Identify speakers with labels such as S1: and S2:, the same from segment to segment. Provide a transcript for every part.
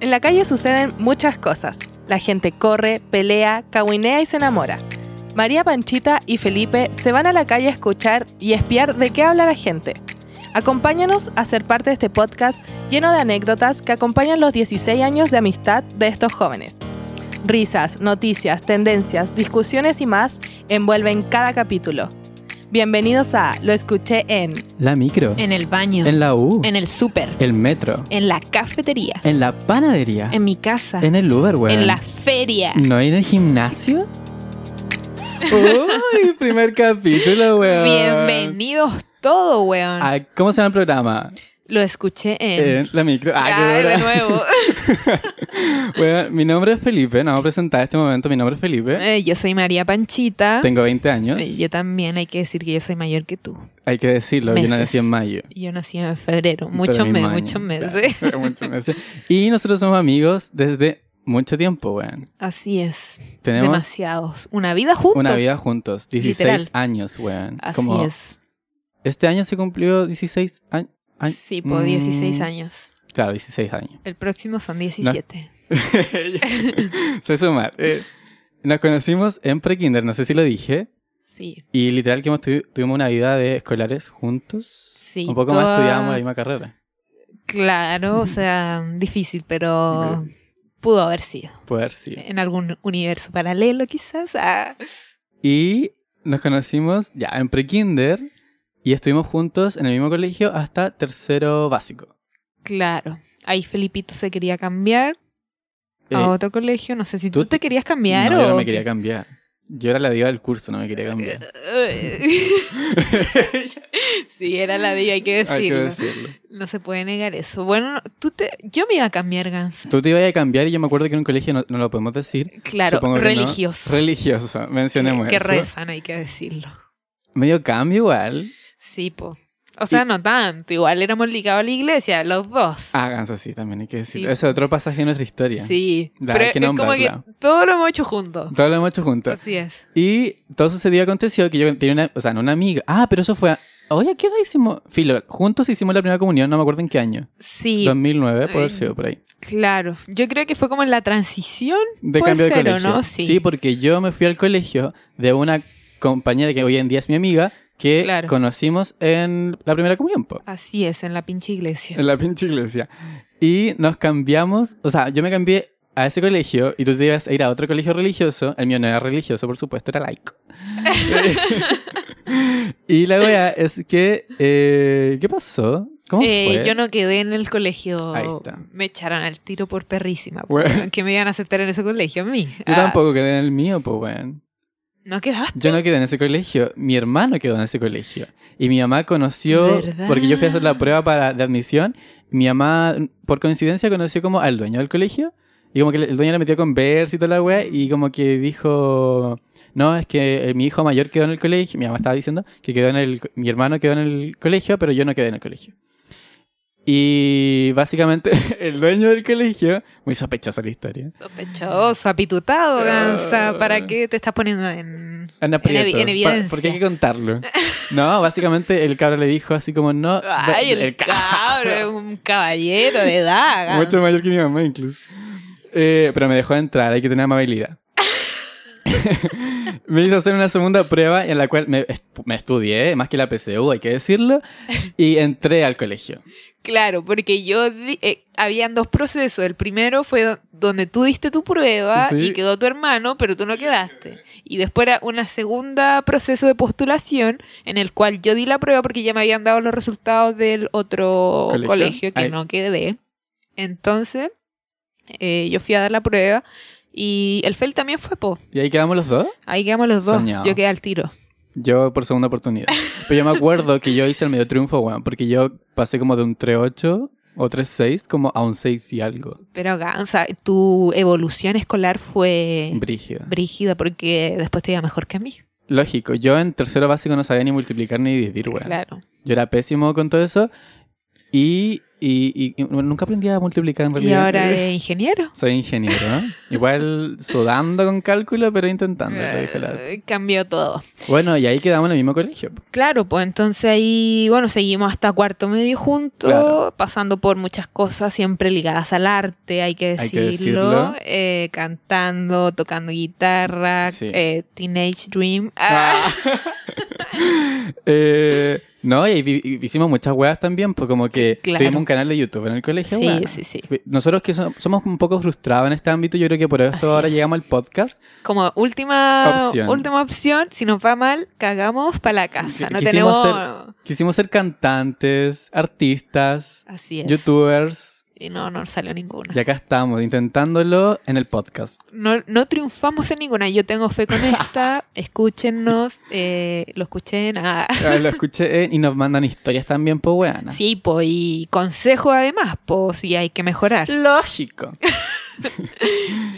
S1: En la calle suceden muchas cosas. La gente corre, pelea, caguinea y se enamora. María Panchita y Felipe se van a la calle a escuchar y espiar de qué habla la gente. Acompáñanos a ser parte de este podcast lleno de anécdotas que acompañan los 16 años de amistad de estos jóvenes. Risas, noticias, tendencias, discusiones y más envuelven cada capítulo. Bienvenidos a Lo escuché en
S2: La micro.
S3: En el baño.
S2: En la U.
S3: En el súper.
S2: El metro.
S3: En la cafetería.
S2: En la panadería.
S3: En mi casa.
S2: En el Uber, weón.
S3: En la feria.
S2: ¿No ir al gimnasio? Uy, primer capítulo, weón.
S3: Bienvenidos todos, weón.
S2: Ah, ¿Cómo se llama el programa?
S3: Lo escuché en...
S2: En la micro. Ah, qué
S3: Ay,
S2: dura.
S3: de nuevo.
S2: Weón, mi nombre es Felipe. Nos vamos a presentar en este momento. Mi nombre es Felipe.
S3: Eh, yo soy María Panchita.
S2: Tengo 20 años.
S3: Eh, Yo también, hay que decir que yo soy mayor que tú.
S2: Hay que decirlo. Yo
S3: Meses.
S2: nací en mayo.
S3: Yo nací en febrero,
S2: Pero
S3: muchos
S2: mi
S3: meses,
S2: maña,
S3: muchos
S2: claro,
S3: meses.
S2: muchos meses. Y nosotros somos amigos desde mucho tiempo, weón.
S3: Así es,
S2: Tenemos
S3: demasiados. Una vida juntos.
S2: una vida juntos. 16
S3: Literal.
S2: años, weón.
S3: Así
S2: Como-
S3: es.
S2: Este año se cumplió 16 años.
S3: sí, por 16
S2: Mm.
S3: años.
S2: Claro, 16 años.
S3: El próximo son 17.
S2: sé sumar. Eh, nos conocimos en pre-kinder, no sé si lo dije.
S3: Sí.
S2: Y literal que hemos tuvi- tuvimos una vida de escolares juntos.
S3: Sí,
S2: Un poco
S3: toda-
S2: más estudiábamos la misma carrera.
S3: Claro, o sea, difícil, pero pudo haber sido.
S2: Puede haber sido.
S3: En algún universo paralelo, quizás. Ah,
S2: Y nos conocimos ya en pre-kinder. Y estuvimos juntos en el mismo colegio hasta tercero básico.
S3: claro. Ahí Felipito se quería cambiar
S2: Eh,
S3: a otro colegio. No sé si tú,
S2: tú-
S3: te querías cambiar
S2: no,
S3: o.
S2: yo no me quería cambiar. Yo era la diva del curso, no me quería cambiar.
S3: sí, era la vida, hay que
S2: Hay que
S3: decirlo.
S2: decirlo.
S3: No se puede negar eso. Bueno, no, tú te... yo me iba a cambiar, Gans.
S2: Tú te ibas a cambiar y yo me acuerdo que en un colegio no, no lo podemos decir.
S3: Claro,
S2: Supongo que no.
S3: religioso.
S2: Religioso, mencionemos
S3: que, que
S2: eso.
S3: rezan, hay que decirlo.
S2: Medio cambio igual.
S3: Sí, po. O sea, no tanto. Igual éramos ligados a la iglesia, los dos.
S2: Háganse así Ah, también, hay que decirlo.
S3: Sí.
S2: Eso es otro pasaje de nuestra historia.
S3: Sí,
S2: La
S3: pero
S2: hay que
S3: es como que
S2: nombrarla.
S3: todo lo hemos hecho juntos.
S2: Todo lo hemos hecho juntos.
S3: Así es.
S2: Y todo sucedió, aconteció que yo tenía una, o sea, no una amiga. Ah, pero eso fue, a- oye, ¿qué edad hicimos? Filo, juntos hicimos la primera comunión, no me acuerdo en qué año.
S3: Sí,
S2: 2009, puede haber
S3: Ay.
S2: sido por ahí.
S3: claro. Yo creo que fue como en la transición.
S2: De
S3: Puede
S2: cambio de
S3: ser, ¿o
S2: colegio.
S3: no? Sí.
S2: porque yo me fui al colegio de una compañera que hoy en día es mi amiga, que
S3: Claro.
S2: conocimos en la primera comunión, po.
S3: Así es, en la pinche iglesia.
S2: En la pinche iglesia. Y nos cambiamos, o sea, yo me cambié a ese colegio y tú te ibas a ir a otro colegio religioso. El mío no era religioso, por supuesto, era laico. y la wea es que, eh, ¿qué pasó? ¿Cómo
S3: Eh,
S2: fue?
S3: yo no quedé en el colegio.
S2: Ahí está.
S3: Me echaron al tiro por perrísima. po,
S2: Bueno.
S3: weón, Que me iban a aceptar en ese colegio a mí.
S2: Yo
S3: Ah,
S2: tampoco quedé en el mío, pues, weón.
S3: ¿No quedaste?
S2: Yo no quedé en ese colegio, mi hermano quedó en ese colegio. Y mi mamá conoció,
S3: ¿Verdad?
S2: porque yo fui a hacer la prueba para, de admisión, mi mamá por coincidencia conoció como al dueño del colegio. Y como que el dueño le metió con vers y toda la wea, y como que dijo, no, es que eh, mi hijo mayor quedó en el colegio, mi mamá estaba diciendo que quedó en el, mi hermano quedó en el colegio, pero yo no quedé en el colegio. Y básicamente el dueño del colegio, muy sospechosa la historia.
S3: Sospechoso, apitutado, Gansa.
S2: Ah.
S3: ¿Para qué te estás poniendo en.?
S2: En aprietos,
S3: en
S2: pa-
S3: evidencia.
S2: porque hay que contarlo. No, básicamente el cabro le dijo así como no.
S3: Ay, el,
S2: ca-
S3: cabro, un caballero de edad. Gans.
S2: Mucho mayor que mi mamá incluso. Eh, pero me dejó entrar, hay que tener amabilidad. me hizo hacer una segunda prueba en la cual me, est- me estudié, más que la PCU, hay que decirlo, y entré al colegio.
S3: Claro, porque yo di- eh, habían dos procesos. El primero fue do- donde tú diste tu prueba
S2: Sí.
S3: y quedó tu hermano, pero tú no quedaste. Y después era una segunda proceso de postulación en el cual yo di la prueba porque ya me habían dado los resultados del otro
S2: Colegio.
S3: colegio, que
S2: Ay.
S3: no quedé. Entonces, eh, yo fui a dar la prueba y el FEL también fue po.
S2: ¿Y ahí quedamos los dos?
S3: Ahí quedamos los dos.
S2: Soñado.
S3: Yo quedé al tiro.
S2: Yo por segunda oportunidad. Pero yo me acuerdo que yo hice el medio triunfo, weón, porque yo pasé como de un 3.8 o 3.6 como a un 6 y algo.
S3: Pero, Gansa, tu evolución escolar fue
S2: Brígido.
S3: brígida porque después te iba mejor que a mí.
S2: Lógico, yo en tercero básico no sabía ni multiplicar ni dividir, weón.
S3: Claro.
S2: Yo era pésimo con todo eso. Y, y- y- y nunca aprendí a multiplicar en
S3: Y
S2: realidad.
S3: ahora es ingeniero.
S2: Soy ingeniero, ¿no? Igual sudando con cálculo, pero intentando. ah, lo dije la-
S3: Eh, cambió todo.
S2: Bueno, y ahí quedamos en el mismo colegio.
S3: Claro, pues entonces ahí, bueno, seguimos hasta cuarto medio juntos,
S2: Claro.
S3: pasando por muchas cosas siempre ligadas al arte, hay que decirlo,
S2: Hay que decirlo.
S3: eh, cantando, tocando guitarra,
S2: Sí.
S3: eh, Teenage Dream. Ah,
S2: Eh, no, y, ahí vi- y hicimos muchas weas también, pues como que
S3: Claro.
S2: tuvimos un canal de YouTube en el colegio.
S3: sí,
S2: weá.
S3: sí, sí.
S2: Nosotros que so- somos un poco frustrados en este ámbito, yo creo que por eso
S3: Así
S2: ahora
S3: es.
S2: llegamos al podcast.
S3: Como última
S2: Opción.
S3: opción. última opción, si nos va mal, cagamos para la casa.
S2: Qu-
S3: No
S2: quisimos
S3: tenemos...
S2: Quisimos ser cantantes, artistas,
S3: Así es.
S2: youtubers,
S3: Y no, no salió ninguna.
S2: y acá estamos intentándolo en el podcast.
S3: no, no triunfamos en ninguna. Yo tengo fe con esta. Escúchennos, eh, lo escuchen. Ah.
S2: Ah, Lo escuché eh, y nos mandan historias también, pues weana.
S3: Sí, po, y consejo además, po, si hay que mejorar.
S2: Lógico.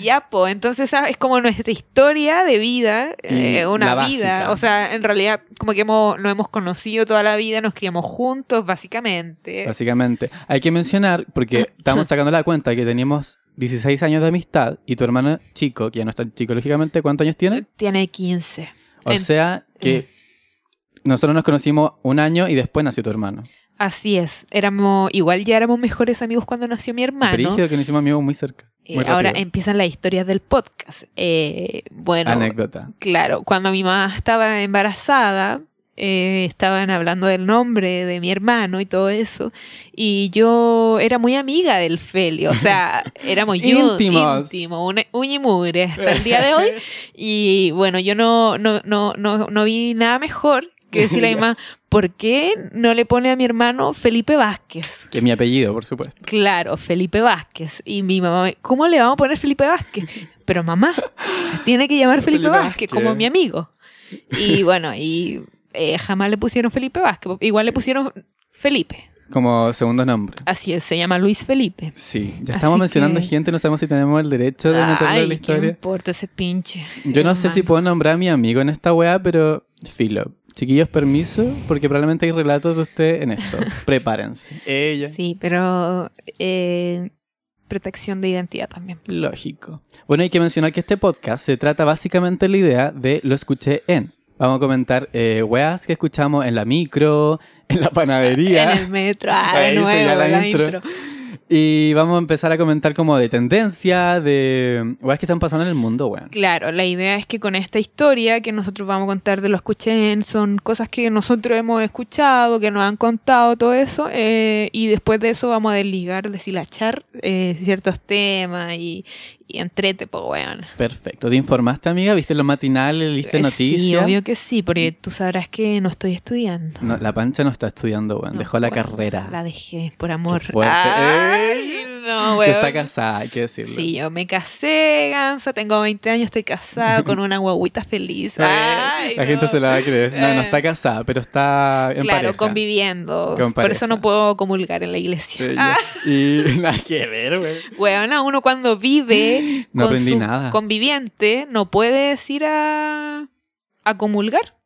S3: Ya, po, entonces ¿sabes? es como nuestra historia de vida,
S2: Y
S3: eh, una
S2: la básica.
S3: vida. O sea, en realidad, como que hemos, nos hemos conocido toda la vida, nos criamos juntos, básicamente.
S2: Básicamente. Hay que mencionar, porque estamos sacando la cuenta que teníamos 16 años de amistad y tu hermano chico, que ya no está chico lógicamente, ¿cuántos años tiene?
S3: Tiene 15.
S2: O
S3: En-
S2: sea que nosotros nos conocimos un año y después nació tu hermano.
S3: Así es. Éramos, igual ya éramos mejores amigos cuando nació mi hermano.
S2: Brígido que nos hicimos amigos muy cerca.
S3: Eh,
S2: muy
S3: ahora
S2: rápido.
S3: empiezan las historias del podcast. Eh, bueno,
S2: Anécdota.
S3: Claro, cuando mi mamá estaba embarazada, eh, estaban hablando del nombre de mi hermano y todo eso, y yo era muy amiga del Feli, o sea, éramos yo-
S2: Íntimos.
S3: íntimo, una, uña y mugre hasta el día de hoy, y bueno, yo no, no, no, no, no vi nada mejor que decirle a mi
S2: Ya.
S3: mamá, ¿por qué no le pone a mi hermano Felipe Vázquez?
S2: Que mi apellido, por supuesto.
S3: Claro, Felipe Vázquez. Y mi mamá, me- ¿cómo le vamos a poner Felipe Vázquez? Pero mamá, se tiene que llamar Felipe,
S2: Felipe
S3: Vázquez,
S2: Vázquez.
S3: como mi amigo. Y bueno, y eh, jamás le pusieron Felipe Vázquez. Igual le pusieron Felipe.
S2: Como segundo nombre.
S3: Así es, se llama Luis Felipe.
S2: Sí, ya
S3: Así
S2: estamos mencionando
S3: que-
S2: gente, no sabemos si tenemos el derecho de meterlo en la
S3: Ay, ¿qué
S2: historia.
S3: importa ese pinche?
S2: Yo no sé si
S3: hermano.
S2: puedo nombrar a mi amigo en esta weá, pero filo. Chiquillos, permiso, porque probablemente hay relatos de usted en esto. Prepárense. Ella.
S3: Sí, pero eh, protección de identidad también.
S2: Lógico. Bueno, hay que mencionar que este podcast se trata básicamente de la idea de lo escuché en. Vamos a comentar eh, weas que escuchamos en la micro, en la
S3: En
S2: panadería.
S3: el metro, ah,
S2: Ahí
S3: de
S2: hice ya
S3: nuevo,
S2: la
S3: la,
S2: intro.
S3: intro.
S2: Y vamos a empezar a comentar como de tendencia, de weas que están pasando en el mundo, weón.
S3: Claro, la idea es que con esta historia que nosotros vamos a contar de lo escuchen, son cosas que nosotros hemos escuchado, que nos han contado, todo eso, eh, y después de eso vamos a desligar, deshilachar eh, ciertos temas y, y entrete, pues, weón.
S2: Perfecto. ¿Te informaste, amiga? ¿Viste los matinales? ¿Viste Mm.
S3: Eh,
S2: noticias?
S3: Sí, obvio que sí, porque tú sabrás que no estoy estudiando.
S2: No, la pancha no está estudiando, weón.
S3: No,
S2: Mm, Dejó la
S3: weón,
S2: carrera.
S3: La dejé, por amor.
S2: fuerte. Eh,
S3: Ay, no,
S2: Que
S3: weón.
S2: está casada, hay que decirlo.
S3: Sí, yo me casé, Gansa, tengo 20 años, estoy casada con una guaguita feliz.
S2: Eh,
S3: Ay,
S2: la gente
S3: no. Eh.
S2: se la va a creer. No, no está casada, pero está en
S3: claro,
S2: pareja.
S3: conviviendo.
S2: Con
S3: Por
S2: pareja.
S3: eso no puedo comulgar en la iglesia.
S2: Eh,
S3: Ah,
S2: ya. Y nada que ver, güey.
S3: weona, uno cuando vive
S2: No
S3: con
S2: aprendí
S3: su
S2: nada.
S3: conviviente no puedes ir a, a comulgar.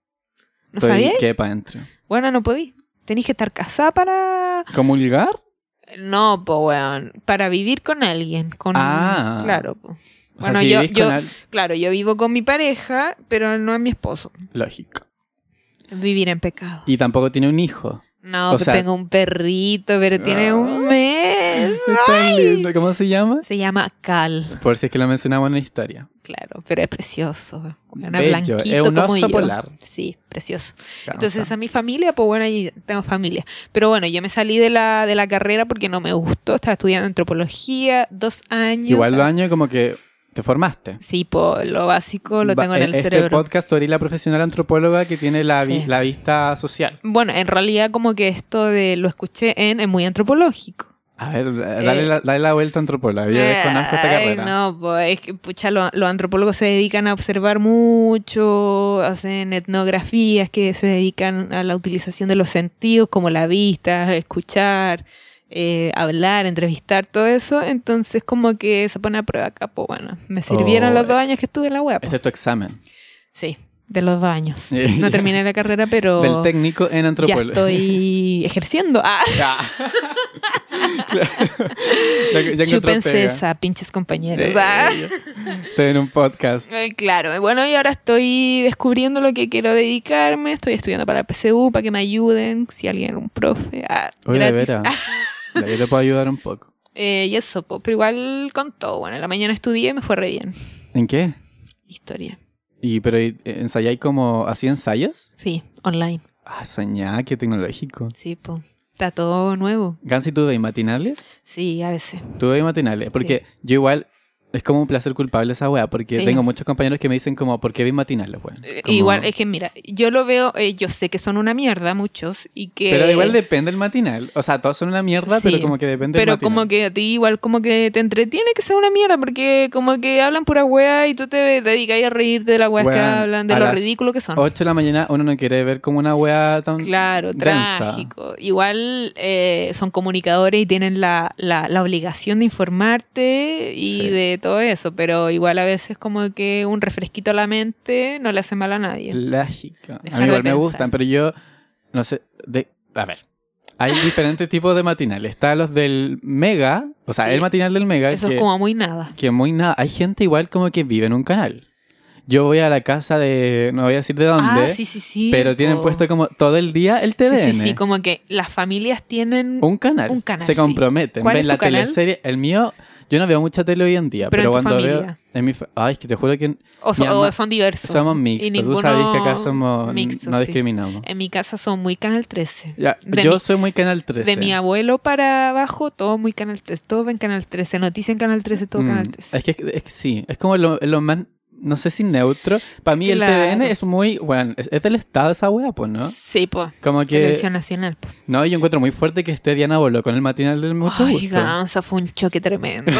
S3: ¿No
S2: Estoy
S3: sabías?
S2: que pa' dentro.
S3: Bueno, no podí. Tenís que estar casada para...
S2: ¿Comulgar?
S3: No, po, weón. Para vivir con alguien. Con...
S2: Ah.
S3: Claro, po.
S2: O sea,
S3: Bueno,
S2: si
S3: yo-
S2: vivís con
S3: yo-
S2: al-
S3: claro, yo vivo con mi pareja, pero no es mi esposo.
S2: Lógico.
S3: Vivir en pecado.
S2: Y tampoco tiene un hijo.
S3: No,
S2: o
S3: pues
S2: sea- Ah.
S3: tengo un perrito, pero tiene un mes.
S2: Es tan lindo. ¿Cómo se llama?
S3: Se llama Cal.
S2: Por si es que lo mencionamos en la historia.
S3: Claro, pero es precioso. Era
S2: Bello,
S3: blanquito
S2: es un
S3: como
S2: oso
S3: yo.
S2: polar.
S3: Sí, precioso.
S2: Gansa.
S3: Entonces a mi familia, pues bueno, ahí tengo familia. Pero bueno, yo me salí de la, de la carrera porque no me gustó. Estaba estudiando antropología dos años.
S2: Igual los años como que te formaste.
S3: Sí, pues lo básico lo
S2: Va-
S3: tengo en el
S2: este
S3: cerebro.
S2: podcast, tú eres la profesional antropóloga que tiene la, vi-
S3: Sí.
S2: la vista social.
S3: Bueno, en realidad como que esto de lo escuché en es muy antropológico.
S2: A ver, dale,
S3: Eh.
S2: la, dale la vuelta antropóloga. Yo desconozco esta
S3: Ay,
S2: carrera.
S3: no, pues es que, pucha, lo- los antropólogos se dedican a observar mucho, hacen etnografías que se dedican a la utilización de los sentidos, como la vista, escuchar, eh, hablar, entrevistar, todo eso. Entonces, como que se pone a prueba acá, pues bueno, me sirvieron
S2: Oh,
S3: los dos años que estuve en la web.
S2: Este es tu examen.
S3: Sí, de los dos años.
S2: Ya.
S3: No terminé la carrera, pero
S2: Del técnico en
S3: ya
S2: antropología.
S3: estoy ejerciendo. Ah,
S2: Ya. Claro. Ya- ya encontró
S3: chúpense
S2: pega.
S3: esa, pinches compañeros.
S2: Eh,
S3: Ah.
S2: ya. Estoy en un podcast.
S3: Eh, Claro, bueno, y ahora estoy descubriendo lo que quiero dedicarme. Estoy estudiando para la PSU para que me ayuden. Si alguien, un profe. Ah,
S2: Oye, de
S3: gratis.
S2: veras. Ya, Yo te puedo ayudar un poco.
S3: Eh, y eso, po, pero igual con todo. Bueno, en la mañana estudié y me fue re bien.
S2: ¿En qué?
S3: Historia.
S2: ¿Y pero eh, ensayáis como así ensayos?
S3: Sí, online.
S2: Ah, soñá, qué tecnológico.
S3: Sí, po. Está todo nuevo.
S2: Gansi, ¿tú veis matinales?
S3: Sí, a veces.
S2: Tú veis matinales. Porque yo igual, es como un placer culpable esa weá, porque
S3: Sí.
S2: tengo muchos compañeros que me dicen como, ¿por qué veis matinales, weón?
S3: Eh,
S2: Como-
S3: Igual, es que mira, yo lo veo, eh, yo sé que son una mierda muchos y que...
S2: Pero igual depende el matinal. O sea, todos son una mierda, pero
S3: Sí.
S2: como que depende
S3: Pero
S2: del matinal.
S3: como que a ti igual como que te entretiene que sea una mierda porque como que hablan pura wea y tú te dedicas a reírte de la wea que
S2: Weón,
S3: hablan, de
S2: a
S3: lo
S2: las
S3: ridículo que son.
S2: 8 de la mañana uno no quiere ver como una weá tan...
S3: Claro,
S2: densa.
S3: trágico. Igual eh, son comunicadores y tienen la, la- la obligación de informarte y
S2: Sí.
S3: de todo eso, pero igual a veces como que un refresquito a la mente no le hace mal a nadie.
S2: Trágica. A mí
S3: Dejar de
S2: igual me
S3: pensar.
S2: gustan, pero yo no sé. de- a ver, hay diferentes tipos de matinales. Está los del Mega, o sea,
S3: Sí.
S2: el matinal del Mega,
S3: Eso
S2: que,
S3: es como muy nada.
S2: que muy nada. Hay gente igual como que vive en un canal. Yo voy a la casa de. No voy a decir de dónde,
S3: Ah, sí, sí, sí.
S2: pero tienen
S3: po.
S2: puesto como todo el día el
S3: Sí,
S2: TVN.
S3: Sí, sí, como que las familias tienen...
S2: ¿eh? un canal.
S3: un canal,
S2: Se
S3: sí.
S2: comprometen.
S3: ¿Cuál
S2: ven
S3: es
S2: la
S3: tu canal?
S2: teleserie. El mío, yo no veo mucha tele hoy en día,
S3: Pero
S2: pero,
S3: en tu
S2: cuando veo.
S3: familia.
S2: En mi fa- Ay, es que te juro que
S3: o, so-
S2: mi
S3: o
S2: ama-
S3: son diversos.
S2: somos
S3: Y
S2: mixtos. Tú
S3: ninguno
S2: sabes que acá somos.
S3: mixto,
S2: no
S3: sí.
S2: discriminamos.
S3: En mi casa son muy Canal 13.
S2: Ya,
S3: De
S2: yo
S3: mi-
S2: soy muy Canal 13.
S3: De mi abuelo para abajo, todo muy Canal 13. Todo en Canal 13. Noticia en Canal 13, todo
S2: Mm,
S3: Canal 13.
S2: Es que, es que sí, es como lo, lo más, no sé si neutro. Para mí
S3: Claro.
S2: el TVN es muy, bueno, es, es del Estado esa wea, pues, ¿no?
S3: Sí, po.
S2: Como que,
S3: Televisión Nacional. po.
S2: no, yo encuentro muy fuerte que esté Diana Boló con el matinal del mucho
S3: Ay,
S2: gusto.
S3: gansa, fue un choque tremendo.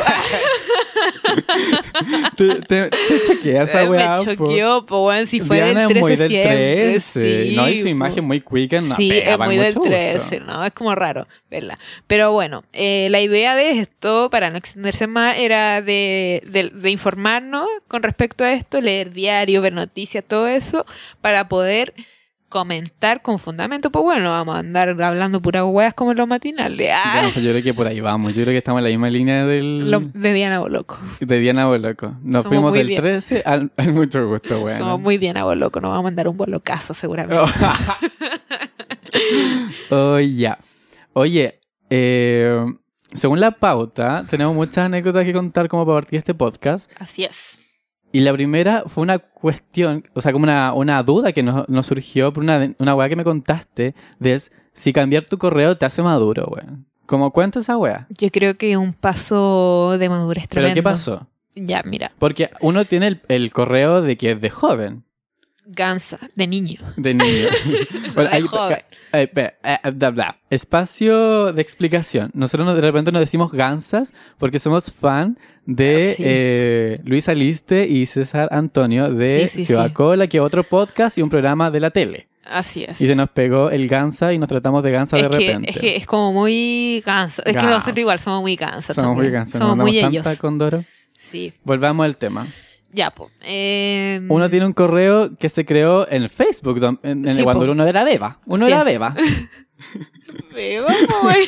S2: Te, te, te choquea esa wea,
S3: Eh, Me
S2: po.
S3: choqueó, po, weón, si fue
S2: Diana
S3: del 13
S2: es muy del
S3: siempre,
S2: 13.
S3: sí,
S2: no, y su
S3: po.
S2: imagen muy quick no
S3: sí,
S2: pega
S3: es
S2: pa'l
S3: muy del
S2: mucho gusto.
S3: 13, ¿no? Es como raro verla. Pero bueno, eh, la idea de esto, para no extenderse más, era de, de- de informarnos con respecto a esto, leer diario, ver noticias, todo eso, para poder comentar con fundamento. Pues bueno, vamos a andar hablando puras hueas como en los matinales.
S2: Ya, no
S3: Ah,
S2: sé, yo creo que por ahí vamos. Yo creo que estamos en la misma línea del,
S3: lo- de Diana Boloco.
S2: de Diana Boloco. Nos
S3: Somos
S2: fuimos
S3: muy
S2: del
S3: bien.
S2: 13 al, al mucho gusto, weón.
S3: Somos muy Diana Boloco, nos va a mandar un bolocazo seguramente.
S2: Oh, ya. Oye, eh, según la pauta, tenemos muchas anécdotas que contar como para partir este podcast.
S3: Así es.
S2: Y la primera fue una cuestión, o sea, como una, una duda que nos, nos surgió por una, una weá que me contaste de es, si cambiar tu correo te hace maduro, weón. Como cuenta esa weá.
S3: Yo creo que un paso de madurez
S2: Pero
S3: tremendo.
S2: ¿qué pasó?
S3: Ya, mira,
S2: Porque uno tiene el, el correo de que es de joven,
S3: Gansa, de niño.
S2: de niño. Bueno,
S3: de
S2: hay-
S3: joven.
S2: Eh, espera, eh, bla, bla. Espacio de explicación. Nosotros no- de repente nos decimos gansas porque somos fan de
S3: Ah, sí.
S2: eh, Luis Aliste y César Antonio de
S3: Sí, sí,
S2: Ciudad
S3: sí.
S2: Cola, que es otro podcast y un programa de la tele.
S3: Así es.
S2: Y se nos pegó el gansa y nos tratamos de gansa de
S3: es, que,
S2: repente.
S3: es que es como muy cansa. Es que
S2: Ganso.
S3: nosotros igual somos muy cansados.
S2: somos muy gansas,
S3: Somos
S2: nos
S3: muy
S2: mandamos
S3: ellos.
S2: tanta condoro.
S3: Sí.
S2: Volvamos al tema.
S3: Ya, po. Eh,
S2: Uno tiene un correo que se creó en Facebook don- en- en-
S3: Sí,
S2: cuando
S3: po.
S2: uno era beba. Uno
S3: Así
S2: era
S3: es.
S2: beba.
S3: Beba, güey.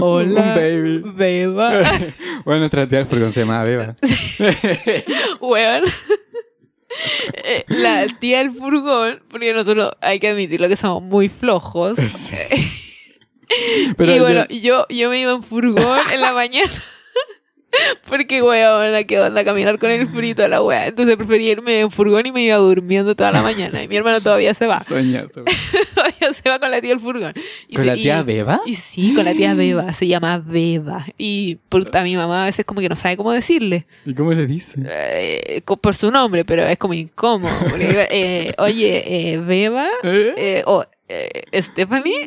S2: Un baby.
S3: Beba.
S2: bueno, traté al furgón se llamaba beba.
S3: Weón. Eh, La tía del furgón, porque nosotros hay que admitirlo que somos muy flojos.
S2: Pero
S3: y
S2: yo-
S3: bueno, yo, yo me iba en furgón en la mañana. Porque, weón, ¿qué onda? Caminar con el frito a la wea. Entonces preferí irme en furgón y me iba durmiendo toda la mañana. Y mi hermano todavía se va.
S2: Soñato.
S3: todavía se va con la tía del furgón. Y
S2: ¿Con
S3: se-
S2: la tía
S3: y-
S2: Beba?
S3: Y sí, con la tía Beba. Se llama Beba. Y puta, mi mamá a veces como que no sabe cómo decirle.
S2: ¿Y cómo le dice?
S3: eh, co- por su nombre, pero es como incómodo. porque, eh, oye, eh, Beba. eh, o eh, Stephanie.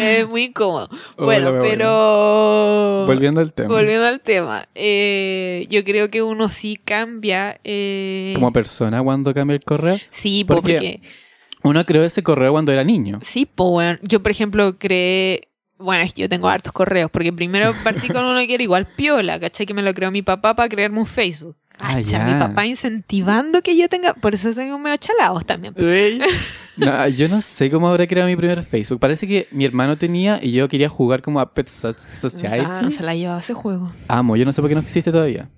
S3: Es muy incómodo. Bueno, pero...
S2: Volviendo al tema.
S3: Volviendo al tema, eh, yo creo que uno sí cambia. eh,
S2: Como persona cuando cambia el correo.
S3: sí,
S2: ¿Por
S3: po,
S2: qué?
S3: porque
S2: Uno creó ese correo cuando era niño.
S3: Sí, po, weón. Yo, por ejemplo, creé. Bueno, es que yo tengo hartos correos, porque primero partí con uno que era igual piola, ¿cachai? Que me lo creó mi papá para crearme un Facebook.
S2: Ah,
S3: Cacha,
S2: ya.
S3: mi papá incentivando que yo tenga. Por eso tengo medio chalados también.
S2: Güey. No, yo no sé cómo habrá creado mi primer Facebook. Parece que mi hermano tenía y yo quería jugar como a Pet Soc- Society.
S3: Ah, se la llevaba ese juego.
S2: Amo, yo no sé por qué no existe todavía.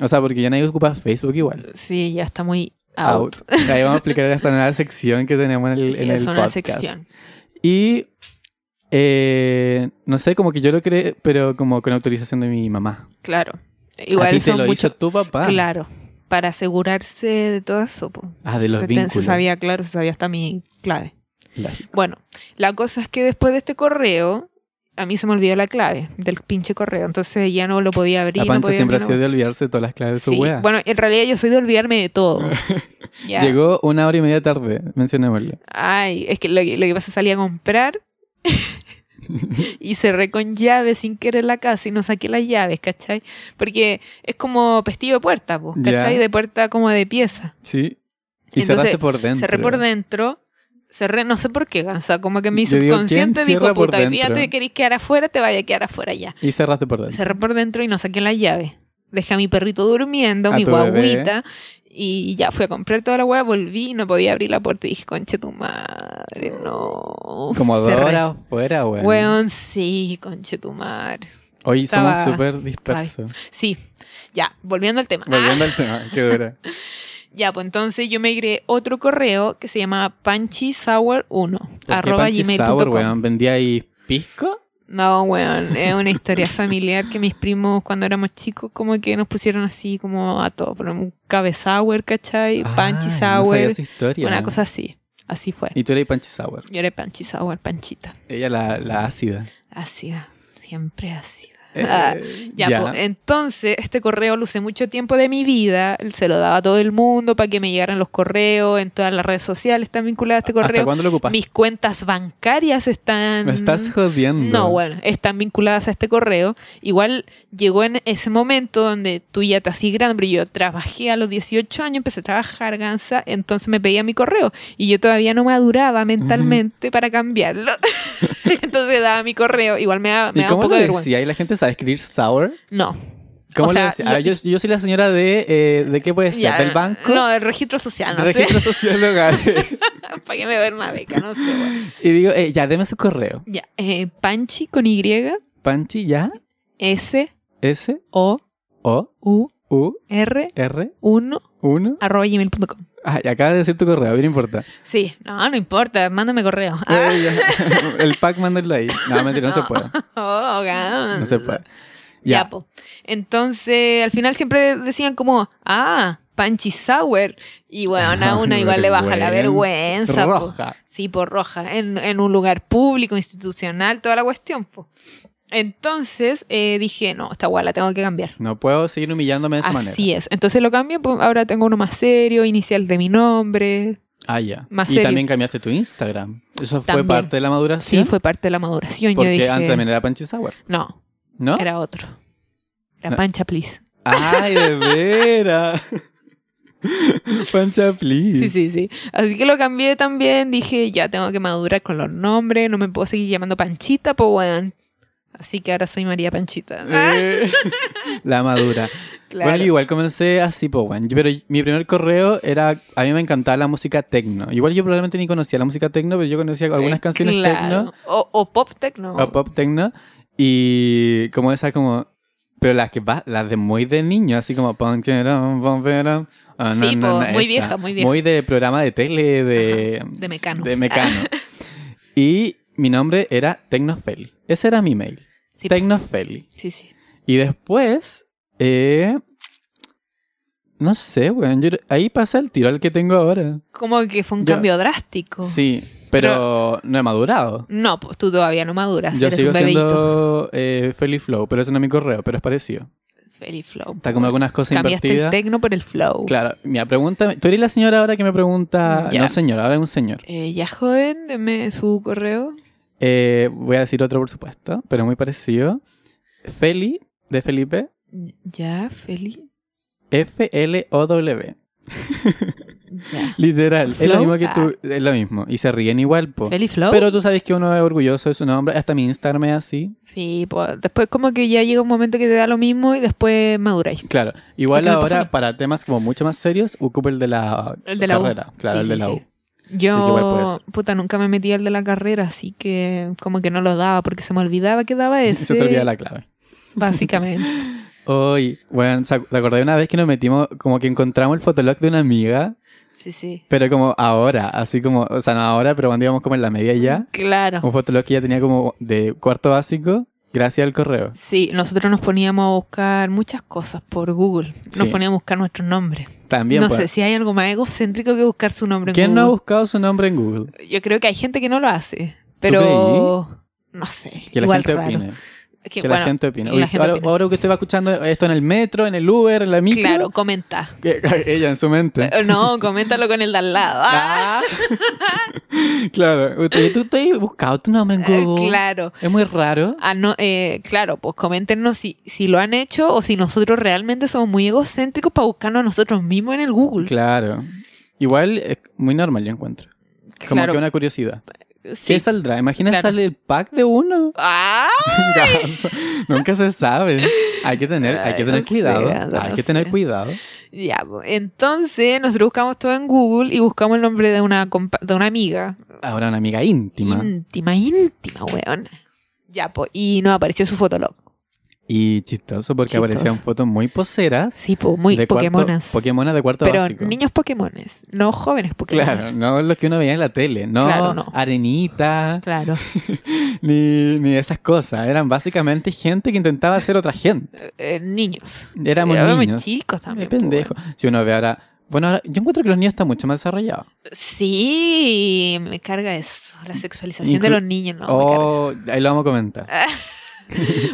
S2: O sea, porque ya nadie ocupa Facebook igual.
S3: Sí, ya está muy out.
S2: Ahí vamos a explicar esa nueva sección que tenemos en el,
S3: Sí,
S2: en el
S3: es una
S2: podcast.
S3: sección.
S2: Y eh, no sé, como que yo lo creé, pero como con autorización de mi mamá.
S3: Claro.
S2: a
S3: Igual
S2: ti te
S3: son
S2: lo
S3: mucho-
S2: hizo tu papá.
S3: Claro. Para asegurarse de todo eso. po.
S2: Ah, de los
S3: se, te- se
S2: vínculos.
S3: sabía, claro, se sabía hasta mi clave.
S2: Lógico.
S3: Bueno, la cosa es que después de este correo, a mí se me olvidó la clave del pinche correo. Entonces ya no lo podía abrir.
S2: La
S3: no
S2: pancha
S3: podía
S2: siempre ha
S3: abrir,
S2: sido
S3: no-
S2: de olvidarse de todas las claves de su
S3: Sí,
S2: wea.
S3: Bueno, en realidad yo soy de olvidarme de todo. Ya.
S2: Llegó una hora y media tarde, mencionémoslo.
S3: Ay, es que lo, que lo que pasa es que salí a comprar y cerré con llave sin querer la casa y no saqué las llaves, ¿cachai? Porque es como pestillo de puerta, po,
S2: Ya.
S3: ¿cachai? De puerta como de pieza.
S2: Sí. Y
S3: Entonces,
S2: cerraste por dentro.
S3: Cerré por dentro, cerré, no sé por qué, o sea, como que mi
S2: Yo digo, ¿quién
S3: subconsciente
S2: cierra
S3: dijo,
S2: por
S3: puta, hoy día
S2: dentro?
S3: te querés quedar afuera, te vaya a quedar afuera ya.
S2: Y cerraste por dentro.
S3: Cerré por dentro y no saqué la llave. Dejé a mi perrito durmiendo,
S2: A
S3: mi
S2: tu bebé.
S3: guaguita. Y ya fui a comprar toda la hueá, volví y no podía abrir la puerta. Y dije, conche tu madre, no.
S2: Como dos
S3: Cerré.
S2: horas fuera, weón.
S3: Weón, sí, conche tu madre.
S2: Hoy
S3: estaba-
S2: somos súper dispersos.
S3: Sí, ya, volviendo al tema. Ah,
S2: Volviendo al tema, qué dura.
S3: ya, pues entonces yo me creé otro correo que se llama panchisour1
S2: ¿Por qué
S3: arroba
S2: Panchi Sour,
S3: gmail.com.
S2: weón? ¿Vendía ahí pisco?
S3: No, weón, es una historia familiar que mis primos cuando éramos chicos como que nos pusieron así como a todo, pero un cabezauer, ¿cachai? Panchi
S2: Ah, no sabía
S3: sour,
S2: esa historia.
S3: una cosa así, así fue.
S2: Y tú eres Panchi Sour.
S3: Yo era panchi sour, panchita,
S2: Ella la, la ácida.
S3: ácida, siempre ácida.
S2: Eh,
S3: Ah, Ya, po, entonces este correo lo usé mucho tiempo de mi vida, se lo daba a todo el mundo para que me llegaran los correos, en todas las redes sociales están vinculadas a este
S2: ¿Hasta
S3: correo.
S2: cuándo lo ocupas?
S3: Mis cuentas bancarias están...
S2: Me estás jodiendo.
S3: No, bueno, están vinculadas a este correo. Igual llegó en ese momento donde tú ya te así grande, pero yo trabajé a los 18 años, empecé a trabajar, Gansa, entonces me pedía mi correo y yo todavía no maduraba mentalmente para cambiarlo. entonces daba mi correo, igual me daba, me
S2: ¿Y
S3: daba un
S2: cómo
S3: poco
S2: lo
S3: de vergüenza.
S2: decía? ¿Y la gente sabe escribir sour?
S3: No,
S2: ¿Cómo lo
S3: O sea,
S2: decía?
S3: lo-
S2: Ah, yo, yo soy la señora de... eh, ¿De qué puede ser?
S3: ya,
S2: ¿Del banco?
S3: No, del registro social, no sé,
S2: registro social de hogares.
S3: para que me den una beca, no sé. bueno.
S2: Y digo, eh, ya, deme su correo.
S3: Ya, eh, Panchi con Y,
S2: Panchi, ya,
S3: S,
S2: S,
S3: O,
S2: O,
S3: U,
S2: U,
S3: R,
S2: R,
S3: 1,
S2: 1.
S3: arroba gmail.com.
S2: Ay, acaba de decir tu correo, bien importa.
S3: Sí, no, no importa, mándame correo. Ah,
S2: Eh, ya. El pack, mándenlo ahí. No, mentira, no, se
S3: No.
S2: puede.
S3: oh, ganso.
S2: No se puede.
S3: Ya,
S2: Ya.
S3: po. Entonces, al final siempre decían como, ah, Panchi Sour. Y bueno, a una igual le baja la vergüenza. po.
S2: Ah, Roja.
S3: Sí, por roja. En, en un lugar público, institucional, toda la cuestión, po. Entonces eh, dije, no, esta guay la tengo que cambiar.
S2: No puedo seguir humillándome de esa
S3: Así
S2: manera.
S3: es. Entonces lo cambié, po. ahora tengo uno más serio, inicial de mi nombre.
S2: Ah, ya.
S3: Más
S2: y
S3: serio.
S2: también cambiaste tu Instagram. Eso fue
S3: También.
S2: parte de la
S3: Sí,
S2: maduración.
S3: fue parte de la maduración.
S2: Porque
S3: yo dije,
S2: antes también era Panchi Sour,
S3: no,
S2: ¿no?
S3: era otro. Era
S2: No.
S3: Pancha, please.
S2: Ay, de veras. Pancha, please.
S3: Sí, sí, sí. Así que lo cambié también. Dije, ya tengo que madurar con los nombres. No me puedo seguir llamando Panchita, pues weón. Así que ahora soy María Panchita. Ah,
S2: Eh, La madura.
S3: claro.
S2: Bueno, yo igual comencé así, pues, bueno. Pero mi primer correo era. A mí me encantaba la música tecno. Igual yo probablemente ni conocía la música tecno, pero yo conocía algunas
S3: Eh,
S2: canciones
S3: claro. O, o pop techno.
S2: tecno o pop tecno. Y como esa, como. Pero las que va, las de muy de niño, así como. pon, cheron, pon, cheron, ah,
S3: Sí, po, muy vieja, muy vieja.
S2: Muy de programa de tele, de.
S3: Ajá, de Mecano.
S2: De Mecano. y mi nombre era Tecnofeli. Ese era mi mail.
S3: Sí, po.
S2: Tecnofeli.
S3: Sí, sí.
S2: Y después, eh, no sé, weón. yo- ahí pasa el tiro al que tengo ahora.
S3: Como que fue un
S2: Yo-
S3: cambio drástico.
S2: Sí, pero no he madurado.
S3: No, pues tú todavía no maduras.
S2: Yo
S3: eres
S2: sigo
S3: un bebito.
S2: siendo eh, Feliz Flow, pero ese no es mi correo, pero es parecido.
S3: Feliz flow.
S2: Está como
S3: po.
S2: algunas cosas
S3: Cambiaste el
S2: invertidas.
S3: techno por el flow.
S2: Claro, mira, pregunta. Tú eres la señora ahora que me pregunta.
S3: Mm, Ya.
S2: No, señora, ahora es un señor.
S3: Eh, ya joven, deme su correo.
S2: Eh, voy a decir otro, por supuesto, pero muy parecido. Feli, de Felipe,
S3: Ya, Feli.
S2: F-L-O-W.
S3: Ya.
S2: Literal, es lo
S1: Flow,
S2: mismo
S3: ah.
S2: que tú, es lo mismo. Y se ríen igual, po.
S1: Feliz
S3: Oh.
S1: Flow.
S2: Pero tú sabes que uno es orgulloso de su nombre, hasta mi Instagram es así.
S3: Sí, pues después como que ya llega un momento que te da lo mismo y después maduráis.
S2: Claro, igual
S3: Porque me pasó a
S2: ahora
S3: mí.
S2: para temas como mucho más serios, ocupa el de la,
S1: El de la U.
S2: carrera, claro,
S3: Sí,
S2: el de
S3: sí,
S2: la
S3: sí.
S2: U. Sí, que igual puede
S3: Yo,
S2: ser.
S3: puta, nunca me metí al de la carrera, así que como que no lo daba porque se me olvidaba que daba
S2: Y
S3: ese.
S2: Se te olvida la clave.
S3: Básicamente.
S2: Hoy, bueno, ¿se ac- ¿te acordás de una vez que nos metimos, como que encontramos el fotolog de una amiga?
S3: sí, sí.
S2: Pero como ahora, así como, o sea, no ahora, pero cuando íbamos como en la media ya, Oh.
S3: Claro.
S2: un fotolog que ya tenía como de cuarto básico, gracias al correo.
S3: Sí, nosotros nos poníamos a buscar muchas cosas por Google. Nos
S2: Sí.
S3: poníamos a buscar nuestros nombres.
S2: También,
S3: no
S2: pues,
S3: sé si hay algo más egocéntrico que buscar su nombre en
S2: ¿quién no ha
S3: Google.
S2: buscado su nombre en Google?
S3: Yo creo que hay gente que no lo hace, pero no sé.
S2: Que la
S3: igual
S2: gente
S3: raro.
S2: opine.
S3: Es
S2: Que,
S3: que, bueno,
S2: la gente opine.
S3: la
S2: Uy,
S3: gente
S2: ahora,
S3: opine.
S2: ahora que usted va escuchando esto en el metro, en el Uber, en la micro,
S3: Claro, comenta.
S2: que- ella en su mente.
S3: Eh, No, coméntalo con el de al lado. Ah,
S2: claro, usted, tú, tú has buscado tu nombre en
S3: eh,
S2: Google.
S3: claro.
S2: Es muy raro.
S3: Ah, no, eh, claro, pues coméntenos si, si lo han hecho o si nosotros realmente somos muy egocéntricos para buscarnos a nosotros mismos en el Google.
S2: Claro. Igual es muy normal, yo encuentro. Como
S3: Claro,
S2: que una curiosidad.
S3: sí.
S2: ¿Qué saldrá? Imagina
S3: Claro.
S2: sale el pack de uno.
S3: Ah,
S2: Nunca se sabe. Hay que tener, hay que
S3: Ay,
S2: tener
S3: Ah, no sé,
S2: cuidado.
S3: no
S2: hay que
S3: sé.
S2: tener cuidado.
S3: Ya, po. entonces nosotros buscamos todo en Google y buscamos el nombre de una, compa- de una amiga.
S2: Ahora una amiga íntima.
S3: Íntima, íntima, weón. Ya, po. y nos apareció su fotolog.
S2: Y chistoso porque
S3: Chistoso.
S2: aparecían fotos muy poseras.
S3: Sí, po, muy
S2: de cuarto-
S3: Pokémonas.
S2: Pokémonas de cuarto
S3: Pero
S2: básico.
S3: niños Pokémones, no jóvenes Pokémones.
S2: Claro, no los que uno veía en la tele. No,
S3: Claro, no.
S2: arenita,
S3: Claro.
S2: ni, ni esas cosas. Eran básicamente gente que intentaba ser otra gente.
S3: Eh, niños.
S2: Éramos
S3: Éramos
S2: niños.
S3: Eh, chicos también. pues,
S2: Qué
S3: po,
S2: pendejo. Si uno ve ahora. Bueno, ahora, yo encuentro que los niños están mucho más desarrollados.
S3: weón. Sí, me carga eso. La sexualización
S2: Inclu-
S3: de los niños, no. me
S2: oh, ahí lo vamos a comentar.
S3: carga.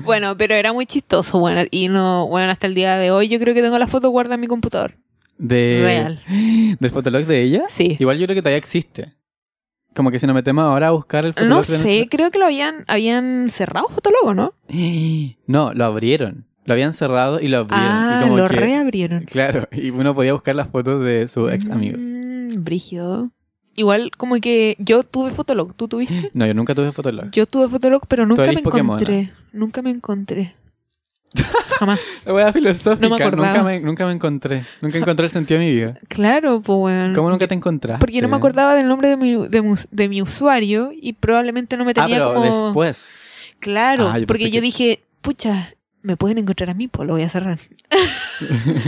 S3: Bueno, pero era muy chistoso, bueno. Y no, bueno, hasta el día de hoy yo creo que tengo la foto guardada en mi computador.
S2: De,
S3: Real.
S2: ¿Del fotolog de ella?
S3: Sí.
S2: Igual yo creo que todavía existe. Como que si nos metemos ahora a buscar el fotolog
S3: No
S2: de
S3: sé, creo que lo habían, habían cerrado Fotologo, ¿no?
S2: nuestra- No, lo abrieron. Lo habían cerrado y lo abrieron.
S3: Ah,
S2: y como
S3: lo
S2: que-
S3: reabrieron.
S2: Claro, y uno podía buscar las fotos de sus ex amigos.
S3: Mm, brígido. Igual como que yo tuve Fotolog, ¿tú tuviste?
S2: No, yo nunca tuve fotolog.
S3: Yo tuve Fotolog, pero nunca
S2: eres
S3: me
S2: Pokémona.
S3: encontré. Nunca me encontré. Jamás.
S2: La wea filosófica.
S3: No me acordaba.
S2: nunca, me, nunca me encontré. Nunca encontré el sentido de mi vida.
S3: Claro, pues bueno.
S2: ¿Cómo nunca te encontraste?
S3: Porque no me acordaba del nombre de mi, de, mu- de mi usuario y probablemente no me
S2: Ah,
S3: tenía
S2: pero
S3: como...
S2: después.
S3: Claro,
S2: Ah, yo
S3: porque
S2: pensé
S3: yo
S2: que-
S3: dije, pucha, me pueden encontrar a mí, pues lo voy a cerrar.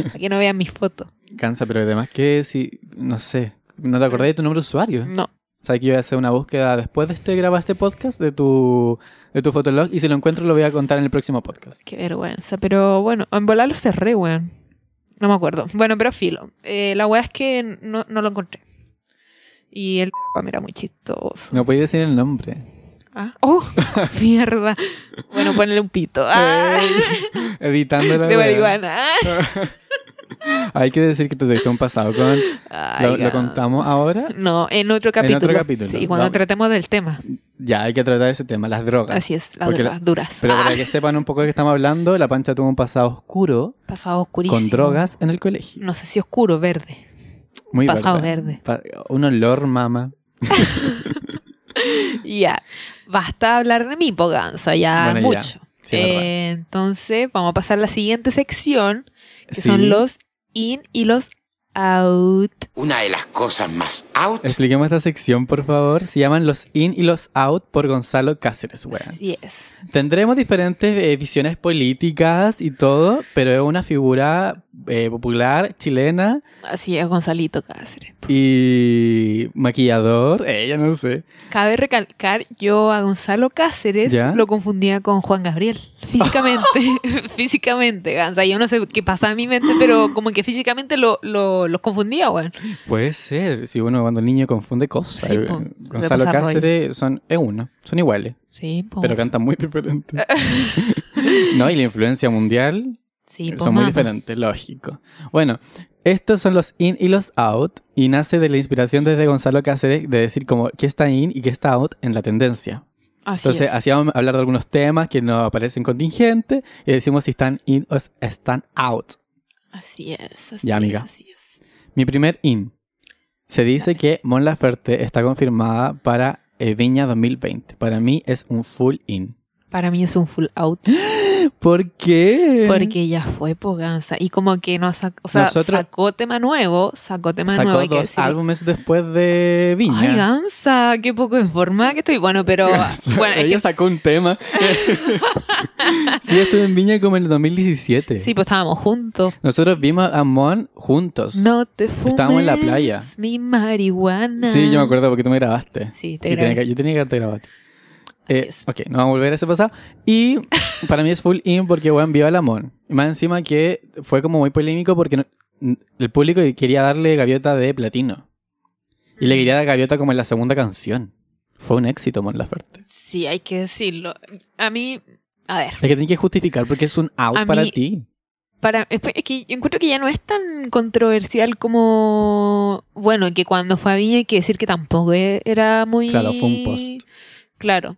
S3: Para que no vean mis fotos.
S2: Cansa, pero además que si, no sé, no te acordás de tu nombre de usuario.
S3: No.
S2: Sabes que yo voy a hacer una búsqueda después de este grabar este podcast de tu de tu fotolog y si lo encuentro lo voy a contar en el próximo podcast.
S3: Qué vergüenza, pero bueno, en volar lo cerré, weón. No me acuerdo. Bueno, pero filo. Eh, la weá es que no, no lo encontré. Y el me era muy chistoso.
S2: No podía decir el nombre.
S3: Ah, ¡Oh! ¡Mierda! Bueno, ponle un pito. Ah,
S2: Ey, Editando la
S3: de
S2: wea.
S3: marihuana. Ah.
S2: Hay que decir que tú tuviste un pasado con lo,
S3: Ay,
S2: lo
S3: ya.
S2: contamos ahora.
S3: No, en otro
S2: En
S3: capítulo.
S2: otro capítulo.
S3: Sí, cuando
S2: Vamos.
S3: tratemos del tema.
S2: Ya hay que tratar ese tema, las drogas.
S3: Así es, las
S2: Porque la-
S3: drogas duras.
S2: Pero
S3: Ah,
S2: para que sepan un poco de qué estamos hablando, la Pancha tuvo un pasado oscuro
S3: pasado oscurísimo.
S2: con drogas en el colegio.
S3: No sé si oscuro, verde.
S2: Muy
S3: pasado verde.
S2: Pa- un olor, mamá.
S3: Ya. Basta hablar de mi poganza, ya
S2: Bueno, ya.
S3: mucho.
S2: Sí, es verdad.
S3: Eh, entonces, vamos a pasar a la siguiente sección, que
S2: Sí.
S3: son los in y los out.
S4: Una de las cosas más out
S2: Expliquemos esta sección, por favor. Se llaman los in y los out por Gonzalo Cáceres, weón.
S3: Así es.
S2: Tendremos diferentes eh, visiones políticas y todo, pero es una figura eh, popular chilena
S3: Así es, Gonzalito Cáceres.
S2: y maquillador. Ella no sé.
S3: Cabe recalcar, yo a Gonzalo Cáceres
S2: ¿Ya?
S3: lo confundía con Juan Gabriel. Físicamente, físicamente, Gansa. Yo no sé qué pasaba en mi mente, pero como que físicamente lo, lo, los confundía, weón.
S2: Puede ser. Si uno cuando niño confunde cosas.
S3: Sí,
S2: Eh,
S3: po.
S2: Gonzalo
S3: Le pasa rollo.
S2: Cáceres son, es uno. Son iguales,
S3: Sí, po.
S2: pero cantan muy diferente. no, y la influencia mundial eh,
S3: Sí, po,
S2: Son muy
S3: mamá.
S2: diferentes, lógico. Bueno, estos son los in y los out, y nace de la inspiración desde Gonzalo Cáceres de decir como qué está in y qué está out en la tendencia.
S3: Así
S2: Entonces,
S3: es.
S2: así vamos a hablar de algunos temas que no aparecen contingente y decimos si están in o s- están out.
S3: Así es. Así
S2: ah, Ya,
S3: es,
S2: amiga.
S3: así es.
S2: Mi primer in. Se dice que Mon Laferte está confirmada para eh, Viña 2020. Para mí es un full in.
S3: Para mí es un full out.
S2: ¿Por qué?
S3: Porque ya fue Poganza. Y como que no sacó, o sea,
S2: Nosotros-
S3: sacó tema nuevo, sacó tema
S2: sacó
S3: nuevo. hay que
S2: dos
S3: decirlo.
S2: álbumes después de Viña.
S3: Ay, Gansa, qué poco informada que estoy. Bueno, pero bueno, es
S2: Ella
S3: que,
S2: sacó un tema. sí, estuve en Viña como en el 2017.
S3: sí, pues estábamos juntos.
S2: Nosotros vimos a Mon juntos.
S3: No te fumes.
S2: Estábamos en la playa.
S3: Mi marihuana.
S2: Sí, yo me acuerdo porque tú me grabaste.
S3: Sí, te
S2: Y tenía
S3: grabé.
S2: que- yo tenía que haberte grabado.
S3: Así
S2: Eh,
S3: es.
S2: ok, no vamos a volver a ese pasado. Y para mí es full in porque, weón, viva la Mon. Y más encima que fue como muy polémico porque no- n- el público quería darle gaviota de platino. Y
S3: Mm.
S2: le quería dar gaviota como en la segunda canción. Fue un éxito, Mon Laferte.
S3: Sí, hay que decirlo. A mí, a ver,
S2: Es que tenés que justificar porque es un out
S3: A
S2: para
S3: mí-
S2: ti.
S3: para es es que yo encuentro que ya no es tan controversial como bueno, que cuando fue a Viña hay que decir que tampoco e- era muy
S2: Claro, fue un post.
S3: Claro.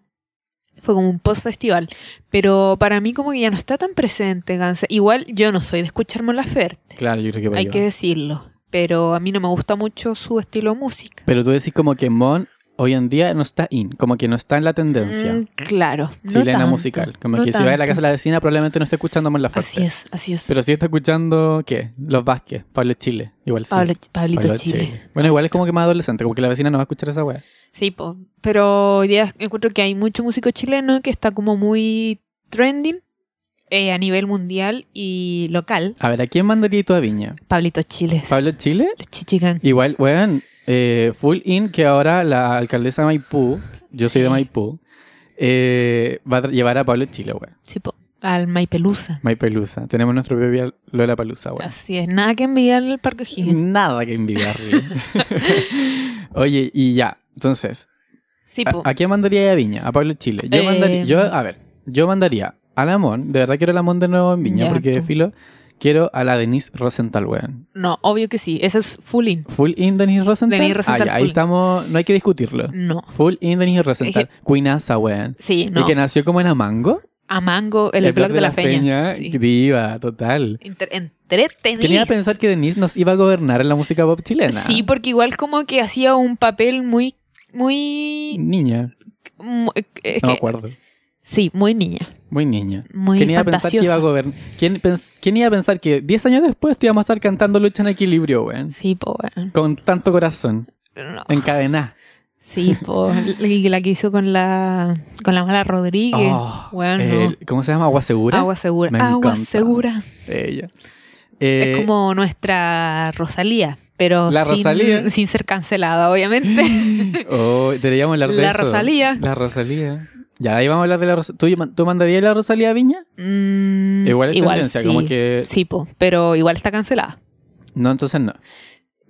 S3: Fue como un post festival, pero para mí como que ya no está tan presente Gansa. Igual yo no soy de escuchar Mon Laferte,
S2: Claro, yo creo que va
S3: hay que decirlo, pero a mí no me gusta mucho su estilo de música.
S2: Pero tú decís como que Mon hoy en día no está in, como que no está en la tendencia.
S3: Mm, claro, no
S2: chilena
S3: tanto,
S2: musical. Como
S3: no
S2: que si vas a la
S3: tanto.
S2: casa de la vecina probablemente no esté escuchando Mon Laferte.
S3: Así es, así es.
S2: Pero sí está escuchando, ¿qué? Los Vázquez, Pablo Chile, igual sí.
S3: Pablo- Pablito
S2: Pablo
S3: Chile.
S2: Bueno, igual es como que más adolescente, como que la vecina no va a escuchar esa weá.
S3: Sí, po. pero hoy día encuentro que hay mucho músico chileno que está como muy trending eh, a nivel mundial y local.
S2: A ver, ¿a quién mandaría tú a Viña?
S3: Pablito Chiles,
S2: ¿Pablo Chile?
S3: los chichigan.
S2: Igual, weón, eh, full in que ahora la alcaldesa de Maipú, yo soy de Maipú, eh, va a tra- llevar a Pablo Chile, weón.
S3: Sí, po. al Maipelusa.
S2: Maipelusa. Tenemos nuestro bebé Lola Palusa, weón.
S3: Así es, nada que envidiar al Parque O'Higgins.
S2: Nada que envidiarle. Oye, y ya, entonces,
S3: Sí, po.
S2: ¿A, a quién mandaría a Viña? A Pablo Chile. Yo
S3: Eh,
S2: mandaría, yo, a ver, yo mandaría a Lamón, de verdad quiero a Lamón de nuevo en Viña,
S3: Ya,
S2: porque
S3: tú.
S2: filo, quiero a la Denise Rosenthal, weón.
S3: No, obvio que sí, ese es full in.
S2: Full in Denise Rosenthal.
S3: Denise Rosenthal,
S2: Ah, ya, ahí
S3: full.
S2: estamos, no hay que discutirlo.
S3: No,
S2: Full in Denise Rosenthal. Queenaza, weón.
S3: sí,
S2: Y
S3: no.
S2: que nació como en Amango.
S3: A Mango, el, blog de, la, Peña. Sí.
S2: Diva, total.
S3: Entre- entretenido.
S2: Quería pensar que Denise nos iba a gobernar en la música pop chilena.
S3: Sí, pues, porque igual como que hacía un papel muy, muy...
S2: Niña.
S3: mu- eh, es
S2: Mm. no me
S3: que-
S2: acuerdo.
S3: Sí, muy niña.
S2: Muy niña.
S3: Muy
S2: ¿Quién iba a pensar que iba a
S3: fantasiosa.
S2: gobernar? ¿Quién, pens- quién iba a pensar que 10 años después te íbamos a estar cantando Lucha en Equilibrio, weón?
S3: Sí, po, weón.
S2: Con tanto corazón,
S3: No.
S2: encadená.
S3: Sí, po. Y la que hizo con la, con la mala Rodríguez.
S2: Oh,
S3: Bueno,
S2: el- ¿Cómo se llama? ¿Agua Segura?
S3: agua segura.
S2: Me
S3: agua
S2: encanta.
S3: segura.
S2: Ella. Eh,
S3: es como nuestra Rosalía, pero
S2: La
S3: sin,
S2: Rosalía.
S3: sin ser cancelada, obviamente.
S2: oh, deberíamos hablar de
S3: La
S2: eso.
S3: Rosalía.
S2: La Rosalía. Ya, ahí vamos a hablar de la Rosalía. ¿Tú, tú mandarías la Rosalía a Viña?
S3: Mm,
S2: Igual es tendencia,
S3: sí.
S2: como que...
S3: Sí, po, pero igual está cancelada.
S2: No, entonces no.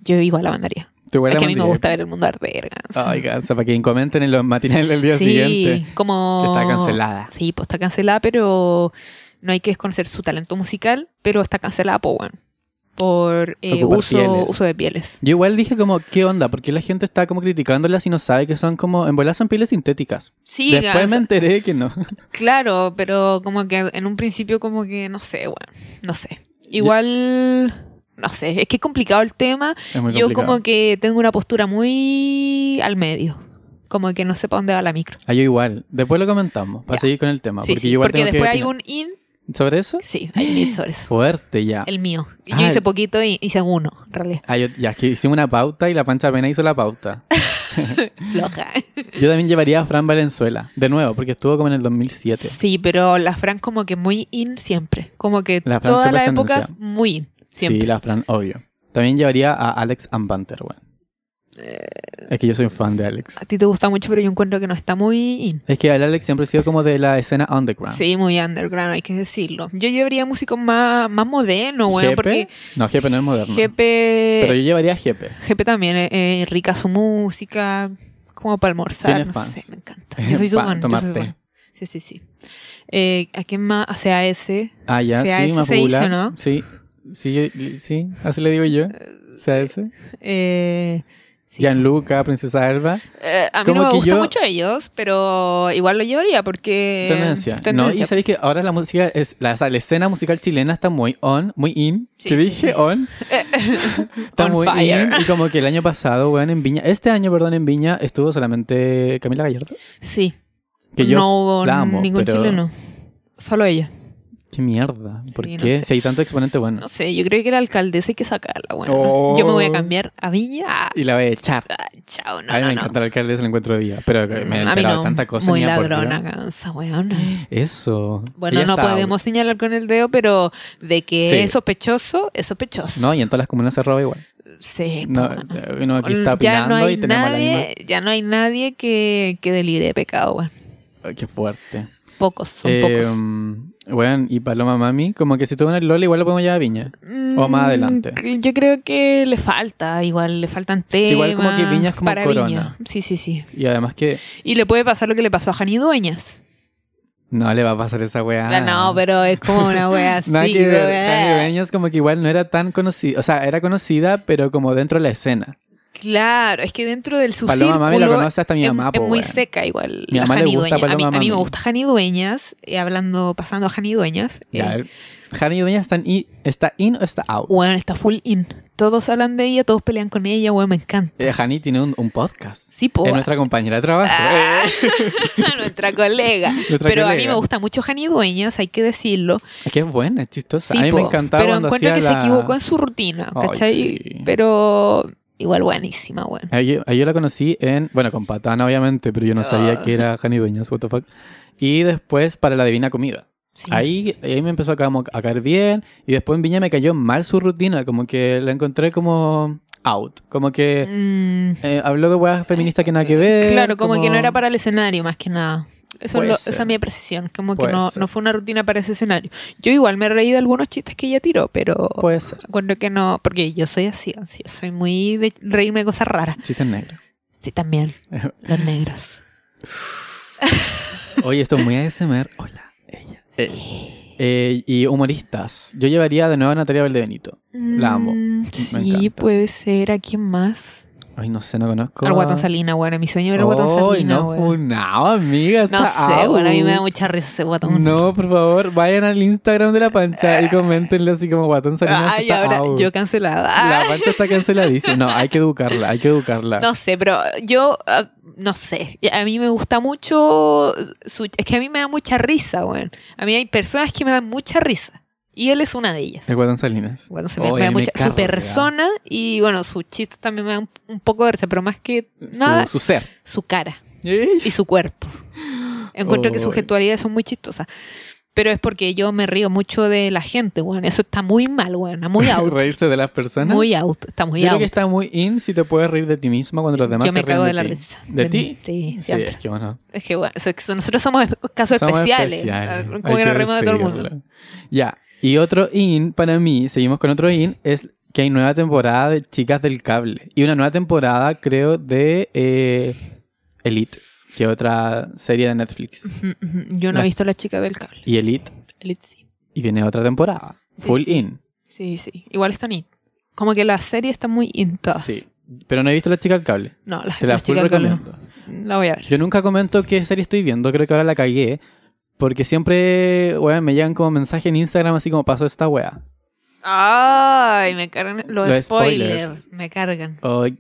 S3: Yo igual la mandaría.
S2: Tú igual
S3: es
S2: la
S3: que a mí me
S2: mandarías.
S3: gusta ver el mundo arder. ganso.
S2: Ay, cansa, para que comenten en los matinales del día
S3: sí,
S2: siguiente.
S3: como...
S2: Que está cancelada.
S3: Sí, pues está cancelada, pero no hay que desconocer su talento musical, pero está cancelada por, bueno, por eh,
S2: Ocupar
S3: uso,
S2: pieles.
S3: uso de pieles.
S2: Yo igual dije como, ¿qué onda? ¿Por qué la gente está como criticándolas y no sabe que son como, en bolas son pieles sintéticas?
S3: Sí,
S2: Después
S3: Gans,
S2: me enteré que no.
S3: claro, pero como que en un principio como que, no sé, bueno, no sé. Igual, no sé, es que es complicado el tema.
S2: Es muy
S3: Yo
S2: complicado.
S3: como que tengo una postura muy al medio, como que no sé para dónde va la micro.
S2: Ah, yo igual. Después lo comentamos, para
S3: Ya.
S2: seguir con el tema.
S3: Sí,
S2: porque
S3: sí,
S2: yo igual
S3: Ah, porque
S2: tengo que
S3: después hay
S2: opinar.
S3: un in,
S2: ¿Sobre eso?
S3: sí, hay un in sobre eso.
S2: Fuerte ya.
S3: El mío. Yo
S2: Ah,
S3: hice
S2: el-
S3: poquito y hice uno, en realidad.
S2: Ah, yo- ya, es que hicimos una pauta y la pancha pena hizo la pauta.
S3: Floja.
S2: Yo también llevaría a Fran Valenzuela, de nuevo, porque estuvo como en el 2007.
S3: Sí, pero la Fran como que muy in siempre. Como que
S2: La Fran
S3: toda
S2: siempre
S3: la
S2: es
S3: época
S2: tendencia.
S3: muy in. Siempre.
S2: Sí, la Fran, obvio. También llevaría a Alex Ambanter, bueno. Es que yo soy un fan de Alex.
S3: Eh, A ti te gusta mucho, pero yo encuentro que no está muy in.
S2: Es que el Alex siempre ha sido como de la escena underground.
S3: Sí, muy underground, hay que decirlo. Yo llevaría músicos más, más modernos, weón,
S2: ¿Jepe?
S3: porque
S2: No, Jepe no es moderno.
S3: Jepe,
S2: Pero yo llevaría a Jepe.
S3: Jepe también eh, eh, rica su música, como para almorzar.
S2: Tiene
S3: no
S2: fans.
S3: sé, me encanta. Yo soy su
S2: Pa'
S3: fan, yo
S2: tomar
S3: soy su
S2: té.
S3: fan. Sí, sí, sí. Eh, ¿A quién más? A CAS.
S2: Ah, ya,
S3: CAS
S2: sí, más
S3: se hizo,
S2: popular.
S3: ¿no?
S2: Sí, sí, yo- sí, así le digo yo. ¿Sea ese?
S3: Eh, Sí.
S2: Gianluca, Princesa Alba.
S3: Eh, a mí
S2: Como
S3: no me
S2: que
S3: gustan
S2: yo-
S3: mucho ellos, pero igual lo llevaría porque...
S2: Tendencia. No,
S3: Eh, Tendencia.
S2: y sabéis que ahora la música es, la, o sea, la escena musical chilena está muy on, muy in.
S3: Sí,
S2: ¿Qué
S3: sí,
S2: dije?
S3: sí. Eh,
S2: On. está
S3: On
S2: muy
S3: fire.
S2: in. Y como que el año pasado, weón, en Viña, este año, perdón, en Viña estuvo solamente Camila Gallardo.
S3: Sí.
S2: Que yo
S3: no hubo
S2: la amo,
S3: ningún
S2: pero-
S3: chileno. Solo ella.
S2: Qué mierda. ¿Por
S3: Sí,
S2: qué?
S3: no sé.
S2: Si hay tanto exponente bueno.
S3: No sé, yo creo que la alcaldesa hay que sacarla. Bueno,
S2: Oh.
S3: yo me voy a cambiar a Villa. Ah,
S2: Y la voy a echar.
S3: chao, no,
S2: a mí
S3: no,
S2: me
S3: no.
S2: encanta el alcalde, se lo encuentro de día. Pero me he
S3: Mm, a mí
S2: enterado
S3: no.
S2: tanta cosa.
S3: Muy
S2: ni a por
S3: ladrona,
S2: Dios.
S3: cansa, weón.
S2: Eso.
S3: Bueno,
S2: Ella
S3: no
S2: está out.
S3: podemos señalar con el dedo, pero de que
S2: Sí.
S3: es sospechoso, es sospechoso.
S2: No, y en todas las comunas se roba igual.
S3: sí,
S2: No,
S3: po, weón.
S2: uno aquí está
S3: ya
S2: opinando
S3: no hay
S2: y tenemos a la misma.
S3: nadie, ya no hay nadie que, que delire de pecado, weón.
S2: Ay, qué fuerte.
S3: Pocos, son
S2: Eh,
S3: pocos.
S2: mm, Bueno, y Paloma Mami, como que si tuvo una LOL, igual lo podemos llevar a Viña. o más
S3: Mm,
S2: adelante.
S3: que- Yo creo que le falta, igual le faltan temas.
S2: igual como que Viña es como
S3: para
S2: Corona.
S3: Viña. Sí, sí, sí.
S2: Y además que
S3: Y le puede pasar lo que le pasó a Jani Dueñas.
S2: no le va a pasar esa weá.
S3: Ah, No, pero es como una wea así.
S2: Nada que ver.
S3: wea.
S2: Kanye Dueñas como que igual no era tan conocida. O sea, era conocida, pero como dentro de la escena.
S3: Claro, es que dentro del su
S2: Paloma Mami la
S3: círculo
S2: conoce hasta mi
S3: es,
S2: mamá,
S3: es
S2: po,
S3: muy
S2: weón.
S3: seca igual.
S2: Mi
S3: la
S2: mamá le
S3: Jani
S2: gusta
S3: Dueñas. a mí,
S2: Paloma
S3: a mí me
S2: Mami.
S3: gusta Jani Dueñas, eh, hablando, pasando a Jani Dueñas.
S2: Ya,
S3: eh,
S2: el- Jani Dueñas está, en i- está in o está out.
S3: weón, está full in. Todos hablan de ella, todos pelean con ella, weón, me encanta.
S2: Eh, Jani tiene un, un podcast.
S3: Sí, po.
S2: Es nuestra compañera de trabajo.
S3: Ah, nuestra colega.
S2: Nuestra
S3: pero a mí
S2: colega.
S3: me gusta mucho Jani Dueñas, hay que decirlo.
S2: Es que es buena, es chistosa.
S3: Sí,
S2: a mí me
S3: po,
S2: encantaba
S3: Pero
S2: cuando
S3: encuentro
S2: hacía
S3: que se
S2: la-
S3: equivocó en su rutina,
S2: Ay,
S3: ¿cachai?
S2: sí.
S3: Pero igual buenísima, weón.
S2: Ahí Ah, yo, ahí yo la conocí en, bueno, con Patana obviamente, pero yo no sabía
S3: Ah.
S2: que era Jani Dueñas, what the fuck. Y después para la Divina Comida.
S3: Sí.
S2: Ahí, ahí me empezó a, como a caer bien y después en Viña me cayó mal su rutina, como que la encontré como out, como que
S3: Mm,
S2: eh, habló de weas feministas que nada que ver.
S3: claro, como, que no era para el escenario más que nada. Eso es
S2: eh, Puede
S3: lo-
S2: ser.
S3: esa es mi precisión, como que
S2: Puede
S3: no,
S2: ser.
S3: no fue una rutina para ese escenario. Yo igual me he reído de algunos chistes que ella tiró, pero
S2: Puede ser,
S3: encuentro que no, porque yo soy así, así, yo soy muy de reírme de cosas raras.
S2: chiste negro.
S3: Sí, también, los negros.
S2: Oye, esto es muy ASMR. Hola, ella. Eh, eh, y humoristas. Yo llevaría de nuevo a Natalia Valdebenito. La amo.
S3: Mm, sí,
S2: encanta.
S3: puede ser, ¿a quién más?
S2: Ay, no sé, no conozco.
S3: Al
S2: a-
S3: Guatón Salina, bueno, mi sueño era el Guatón
S2: Ay,
S3: Salina.
S2: no
S3: weón.
S2: funao, amiga.
S3: No
S2: está
S3: sé, bueno, a mí me da
S2: out.
S3: mucha risa ese guatón.
S2: No, por favor, vayan al Instagram de la pancha y coméntenle así como guatón Salinas
S3: Ay,
S2: está
S3: ahora
S2: out".
S3: yo cancelada. Ah,
S2: La pancha está canceladísima. No, hay que educarla, hay que educarla.
S3: No sé, pero yo ah, no sé. A mí me gusta mucho su- es que a mí me da mucha risa, weón. A mí hay personas que me dan mucha risa y él es una de ellas.
S2: El guatón Salinas.
S3: Bueno, se me,
S2: Oye,
S3: me da
S2: me
S3: mucha
S2: carga.
S3: su persona y bueno, su chiste también me da un, un poco de risa, pero más que nada
S2: Su, su ser.
S3: su cara. y su cuerpo. Encuentro que sus
S2: Oy.
S3: gestualidades son muy chistosas. Pero es porque yo me río mucho de la gente, weón. Eso está muy mal, weón. Muy out.
S2: Reírse de las personas.
S3: muy out. Está
S2: Yo
S3: muy
S2: creo
S3: out.
S2: que está muy in si te puedes reír de ti misma cuando los demás
S3: yo
S2: se
S3: me
S2: ríen
S3: cago de,
S2: de
S3: la
S2: ti.
S3: risa.
S2: ¿De ti?
S3: Sí,
S2: Sí,
S3: siempre.
S2: es que bueno.
S3: Es que, weón, es que nosotros somos casos
S2: Somos
S3: especiales. Ah,
S2: especiales,
S3: Como
S2: hay
S3: que nos reímos de todo el
S2: decirlo.
S3: mundo.
S2: Ya. Y otro in, para mí, seguimos con otro in, es que hay nueva temporada de Chicas del Cable. Y una nueva temporada, creo, de eh, Elite, que es otra serie de Netflix.
S3: Ujú, ujú. Mm, Yo
S2: La-
S3: no he visto a la chica del cable.
S2: Y Elite,
S3: Elite sí.
S2: y viene otra temporada.
S3: Sí,
S2: Full
S3: sí.
S2: in.
S3: Sí, sí. Igual están in. Como que la serie está muy in todas.
S2: Sí. Pero no he visto La Chica del Cable.
S3: No, la,
S2: Te la,
S3: la
S2: full
S3: chica del cable.
S2: recomiendo.
S3: La voy a ver.
S2: Yo nunca comento qué serie estoy viendo, creo que ahora la cagué. Porque siempre, weón, me llegan como mensaje en Instagram así como pasó esta wea.
S3: Ay, me cargan los,
S2: Los spoilers.
S3: spoilers. Me cargan.
S2: Ay,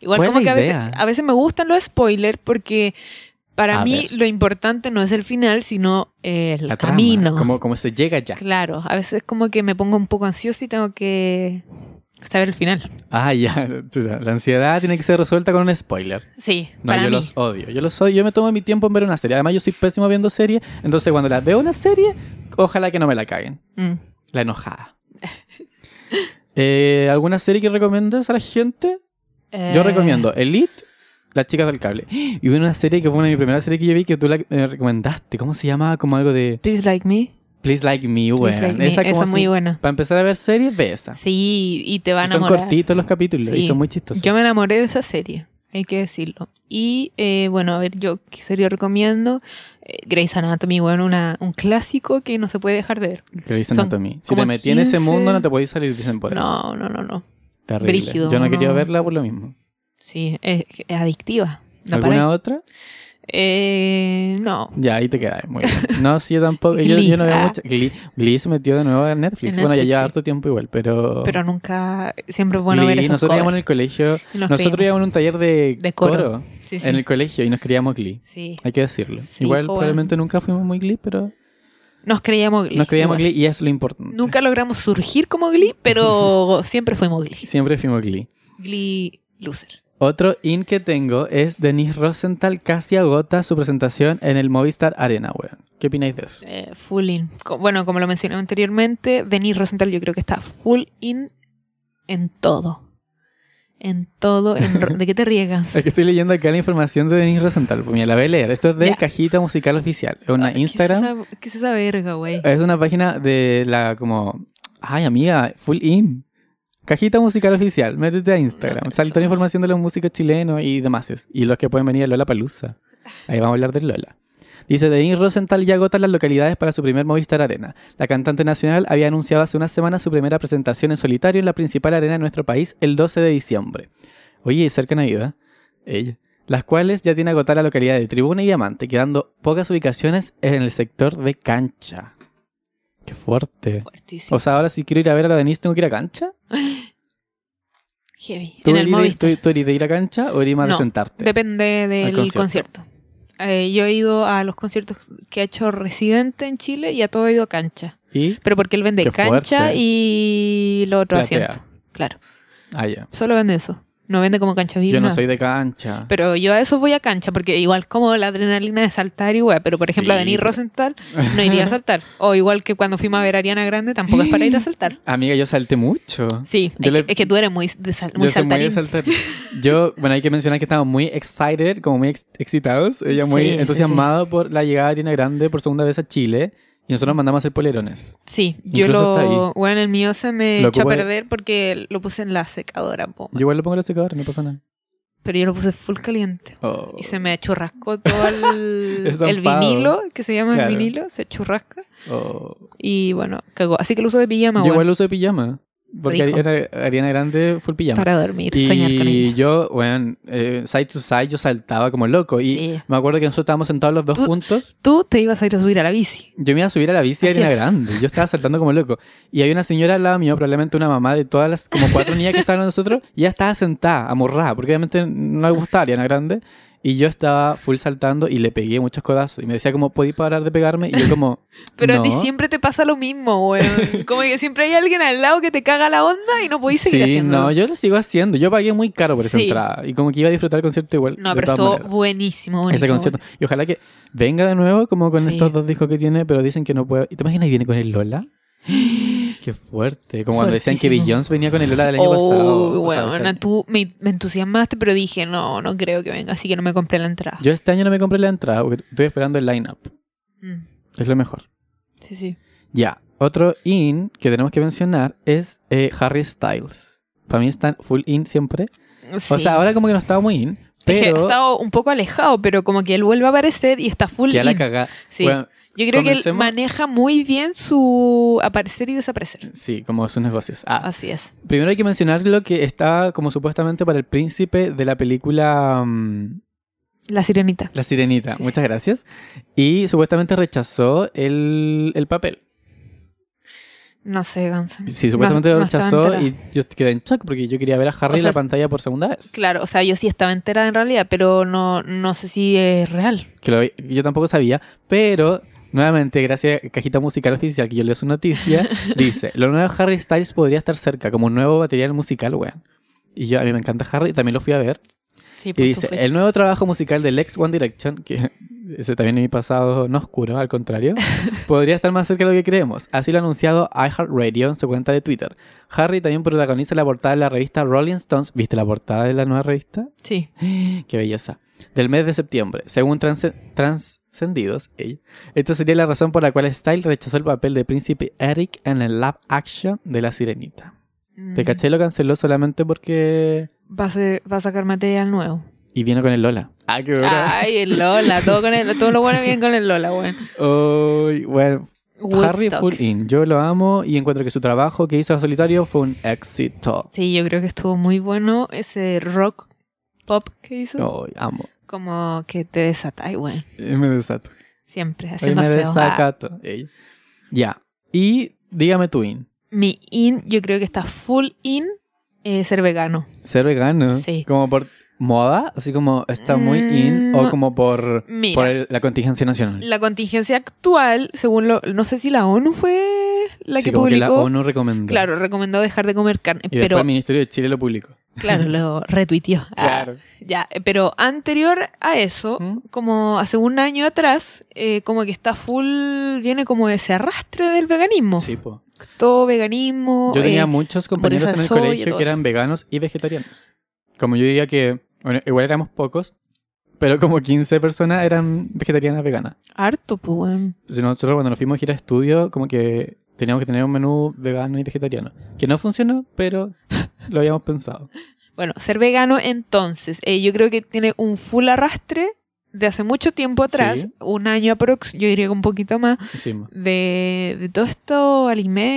S3: Igual
S2: Buena
S3: como que a veces,
S2: idea.
S3: a veces me gustan los spoilers porque para
S2: A
S3: mí
S2: ver.
S3: lo importante no es el final, sino eh, el
S2: la trama,
S3: camino.
S2: Como, como se llega ya.
S3: Claro, a veces como que me pongo un poco ansiosa y tengo que saber el final.
S2: Ah, ya. tú sabes, La ansiedad tiene que ser resuelta con un spoiler.
S3: Sí,
S2: No,
S3: para
S2: yo
S3: mí.
S2: los odio. Yo los odio. Yo me tomo mi tiempo en ver una serie. Además, yo soy pésimo viendo series. Entonces, cuando la veo una serie, ojalá que no me la caguen.
S3: Mm.
S2: La enojada. Eh, ¿Alguna serie que recomiendas a la gente? Yo
S3: Eh,
S2: recomiendo Elite, Las chicas del cable. Y una serie que fue una de mis primeras series que yo vi que tú la eh, recomendaste. ¿Cómo se llamaba? Como algo de
S3: Eh, Please Like Me.
S2: Please Like Me, weón.
S3: Please Like Me, Esa,
S2: Esa como
S3: es muy
S2: si-
S3: buena.
S2: Para empezar a ver series, ve esa.
S3: Sí, y te va a
S2: son
S3: enamorar.
S2: cortitos los capítulos y
S3: Sí.
S2: son muy chistosos.
S3: Yo me enamoré de esa serie, hay que decirlo. Y eh, bueno, a ver, yo qué serie recomiendo. Eh, Grey's Anatomy, bueno, una, un clásico que no se puede dejar de ver.
S2: Grey's
S3: Son
S2: Anatomy. Si
S3: como
S2: te metí en ese
S3: 15.
S2: mundo no te podéis salir, dicen por ahí.
S3: No, no, no, no.
S2: Terrible.
S3: brígido,
S2: Yo no, quería
S3: no.
S2: verla por lo mismo.
S3: Sí, es, es adictiva. No
S2: ¿Alguna
S3: paráis.
S2: otra?
S3: Eh, no.
S2: Ya, ahí te quedas. Muy bien. No, sí, yo tampoco. Yo, yo no veo
S3: Glee, ah.
S2: mucho. Glee, Glee se metió de nuevo a Netflix.
S3: En
S2: bueno, ya
S3: Netflix,
S2: lleva
S3: sí.
S2: harto tiempo igual, pero.
S3: Pero nunca, siempre es bueno
S2: Glee,
S3: ver esos
S2: nosotros íbamos en
S3: covers.
S2: el colegio.
S3: Y nos
S2: Nosotros
S3: creíamos.
S2: íbamos en un taller de,
S3: De coro. Sí, sí.
S2: en el colegio y nos creíamos Glee.
S3: Sí.
S2: Hay que decirlo.
S3: Sí, pues,
S2: igual
S3: po,
S2: probablemente nunca fuimos muy Glee, pero
S3: Nos creíamos Glee.
S2: nos creíamos
S3: igual.
S2: Glee y es lo importante.
S3: Nunca logramos surgir como Glee, pero siempre fuimos Glee.
S2: Siempre fuimos Glee.
S3: Glee loser.
S2: Otro in que tengo es Denise Rosenthal casi agota su presentación en el Movistar Arena, weón. ¿Qué opináis de eso?
S3: Eh, full in. Co- Bueno, como lo mencioné anteriormente, Denis Rosenthal yo creo que está full in en todo. En todo. en ro- ¿De qué te riegas?
S2: Es que estoy leyendo acá la información de Denise Rosenthal. Pues mira, la voy a leer. Esto es de
S3: Ya.
S2: Cajita Musical Oficial. Es una
S3: Ah,
S2: Instagram.
S3: ¿Qué es esa, qué es esa verga, güey?
S2: Es una página de la como... Ay, amiga, full in. Cajita Musical Oficial. Métete a Instagram.
S3: No,
S2: Sale
S3: eso
S2: toda la
S3: no.
S2: información de los músicos chilenos y demás. Y los que pueden venir a Lola Palusa. Ahí vamos a hablar de Lola. Dice, Denise Rosenthal ya agota las localidades para su primer Movistar Arena. La cantante nacional había anunciado hace una semana su primera presentación en solitario en la principal arena de nuestro país el 12 de diciembre. Oye, cerca de Navidad. Ella. Las cuales ya tiene agotada la localidad de Tribuna y Diamante, quedando pocas ubicaciones en el sector de cancha. Qué fuerte. Eh,
S3: Fuertísimo.
S2: O sea, ahora si quiero ir a ver a la Denise, tengo que ir a cancha.
S3: Heavy.
S2: ¿Tú,
S3: en el
S2: eres, de,
S3: Movistar.
S2: tú- tú eres de ir a cancha o eres más de
S3: No,
S2: sentarte?
S3: Depende del
S2: concierto.
S3: concierto. Eh, yo he ido a los conciertos que ha hecho Residente en Chile y a todo he ido a cancha.
S2: Y.
S3: Pero porque él vende
S2: Qué
S3: cancha
S2: fuerte.
S3: y lo otro
S2: Platea.
S3: asiento. Claro.
S2: Ah, ya.
S3: Solo vende eso. No vende como cancha VIP.
S2: Yo no
S3: nada.
S2: soy de cancha.
S3: Pero yo a eso voy a cancha, porque igual como la adrenalina de saltar y weá, pero por ejemplo a
S2: Sí,
S3: Denis
S2: pero-
S3: Rosenthal no iría a saltar. O igual que cuando fuimos a ver a Ariana Grande, tampoco es para ir a saltar.
S2: Amiga, yo salté mucho.
S3: Sí,
S2: Yo
S3: es,
S2: le-
S3: que, es que tú eres muy, de sal- muy
S2: yo soy muy de
S3: saltarín.
S2: saltar. Yo, bueno, hay que mencionar que estábamos muy excited, como muy ex- excitados. Ella muy
S3: Sí, sí, sí.
S2: entusiasmada por la llegada de Ariana Grande por segunda vez a Chile. Y
S3: Mm.
S2: nosotros mandamos a hacer polerones.
S3: Sí, yo
S2: Incluso hasta ahí.
S3: lo... Bueno, el mío se me
S2: Lo
S3: echó a
S2: ocupé-
S3: perder porque lo puse en la secadora, po,
S2: Yo igual lo pongo en la secadora, no pasa nada.
S3: pero yo lo puse full caliente.
S2: Oh.
S3: Y se me churrascó todo el,
S2: Estampado.
S3: el vinilo, que se llama
S2: Claro.
S3: el vinilo, se churrasca.
S2: Oh.
S3: Y bueno, cagó. Así que lo uso de pijama,
S2: Yo
S3: weón,
S2: igual uso de pijama. Porque
S3: Rico.
S2: Ariana, Ariana Grande full pijama.
S3: para dormir,
S2: y
S3: soñar con ella.
S2: yo, bueno, eh, side to side, yo saltaba como loco. Y
S3: Sí.
S2: me acuerdo que nosotros estábamos sentados los dos
S3: Tú-
S2: juntos.
S3: Tú te ibas a ir a subir a la bici.
S2: Yo me iba a subir a la bici de
S3: Así
S2: Arena
S3: es.
S2: Grande. Yo estaba saltando como loco. Y hay una señora al lado mío, probablemente una mamá de todas las como cuatro niñas que estaban con nosotros, y ella estaba sentada, amorrada, porque obviamente no le gustaba Ariana Grande. Y yo estaba full saltando y le pegué muchos codazos. Y me decía como, ¿podí parar de pegarme? Y yo como,
S3: Pero a ti
S2: "No".
S3: siempre te pasa lo mismo, weón. Como que siempre hay alguien al lado que te caga la onda y no podéis seguir
S2: Sí,
S3: haciendo.
S2: no, yo lo sigo haciendo. Yo pagué muy caro por esa
S3: Sí.
S2: entrada. Y como que iba a disfrutar el concierto igual. de
S3: pero
S2: todas
S3: estuvo
S2: maneras.
S3: buenísimo, buenísimo.
S2: Ese concierto. Y ojalá que venga de nuevo, como con
S3: Sí.
S2: estos dos discos que tiene, pero dicen que no puede. ¿Y te imaginas viene con el Lola? Qué fuerte. Como cuando decían que
S3: Fuertísimo.
S2: Bill Jones venía con el Lola del año
S3: oh,
S2: pasado. O sea,
S3: bueno,
S2: está-
S3: tú me, me entusiasmaste, pero dije, no, no creo que venga, así que no me compré la entrada.
S2: Yo este año no me compré la entrada porque estoy esperando el lineup.
S3: Mm,
S2: Es lo mejor.
S3: sí, sí.
S2: Ya. Otro in que tenemos que mencionar es eh, Harry Styles. Para mí están full in siempre. O
S3: Sí.
S2: sea, ahora como que no estaba muy in.
S3: Es que
S2: Pero
S3: estaba un poco alejado, pero como que él vuelve a aparecer y está full
S2: que a la
S3: in.
S2: cagada.
S3: Sí. Yo creo que él
S2: comencemos.
S3: maneja muy bien su aparecer y desaparecer.
S2: sí, como sus negocios. Ah,
S3: Así es.
S2: Primero hay que mencionar lo que estaba como supuestamente para el príncipe de la película mm,
S3: La sirenita.
S2: La Sirenita.
S3: Sí, sí.
S2: Muchas gracias. Y supuestamente rechazó el, el papel.
S3: No sé, Ganson.
S2: Sí, supuestamente
S3: No-
S2: lo
S3: no estaba
S2: rechazó
S3: enterada.
S2: y yo quedé en shock porque yo quería ver a Harry
S3: O
S2: en
S3: sea,
S2: la pantalla por segunda vez.
S3: Claro, o sea, yo sí estaba enterada en realidad, pero no, no sé si es real.
S2: Que lo- yo tampoco sabía, pero nuevamente, gracias a Cajita Musical Oficial, que yo leo su noticia, dice: Lo nuevo de Harry Styles podría estar cerca como un nuevo material musical, weón. Y yo, a mí me encanta Harry, también lo fui a ver.
S3: Sí,
S2: Y
S3: pues tú
S2: dice,
S3: fuiste.
S2: el nuevo trabajo musical del ex One Direction, que ese también es mi pasado no oscuro, al contrario, podría estar más cerca de lo que creemos. Así lo ha anunciado iHeartRadio en su cuenta de Twitter. Harry también protagoniza la portada de la revista Rolling Stones. ¿Viste la portada de la nueva revista?
S3: Sí.
S2: Qué belleza. Del mes de septiembre. Según Transe- Transcendidos, ey, esta sería la razón por la cual Style rechazó el papel de príncipe Eric en el live action de La Sirenita. Te
S3: Mm.
S2: caché, lo canceló solamente porque...
S3: Va a, ser- va a sacar material nuevo.
S2: Y vino con el Lola. Ah, qué
S3: Ay, el Lola. Todo, con el, todo lo bueno viene con el Lola, weón.
S2: Uy, bueno, Harry
S3: Woodstock.
S2: full in. Yo lo amo y encuentro que su trabajo que hizo a solitario fue un éxito.
S3: Sí, yo creo que estuvo muy bueno ese rock pop que hizo.
S2: Oh, amo.
S3: Como que te desatai, weón.
S2: Eh, Me desato.
S3: Siempre,
S2: Hoy
S3: haciendo
S2: me
S3: feo. Ah,
S2: desacato. Ey. Ya. Y dígame tu in.
S3: mi in, yo creo que está full in eh, ser vegano.
S2: Ser vegano.
S3: Sí.
S2: Como por moda, así como está muy in, o
S3: Mm,
S2: como por,
S3: mira.
S2: por el- la contingencia nacional.
S3: La contingencia actual, según lo. No sé si la ONU fue la
S2: Sí,
S3: que
S2: como
S3: publicó.
S2: que la ONU recomendó.
S3: Claro, recomendó dejar de comer carne.
S2: Y después
S3: Pero,
S2: el Ministerio de Chile lo publicó.
S3: claro, lo retuiteó. Ah, Ya, pero anterior a eso,
S2: ¿Mm?
S3: como hace un año atrás, eh, como que está full, viene como ese arrastre del veganismo.
S2: Sí, po.
S3: Todo veganismo.
S2: Yo tenía
S3: eh,
S2: muchos compañeros
S3: esa
S2: en el
S3: soya y
S2: colegio
S3: todo
S2: que eran veganos y vegetarianos. Como yo diría que, bueno, igual éramos pocos, pero como 15 personas eran vegetarianas veganas.
S3: harto, pues, weón.
S2: Entonces nosotros cuando nos fuimos a gira a estudio, como que teníamos que tener un menú vegano y vegetariano. Que no funcionó, pero lo habíamos pensado.
S3: Bueno, ser vegano entonces, eh, yo creo que tiene un full arrastre de hace mucho tiempo atrás,
S2: Sí.
S3: un año aprox, yo diría que un poquito más,
S2: Hicimos.
S3: de, de todo esto,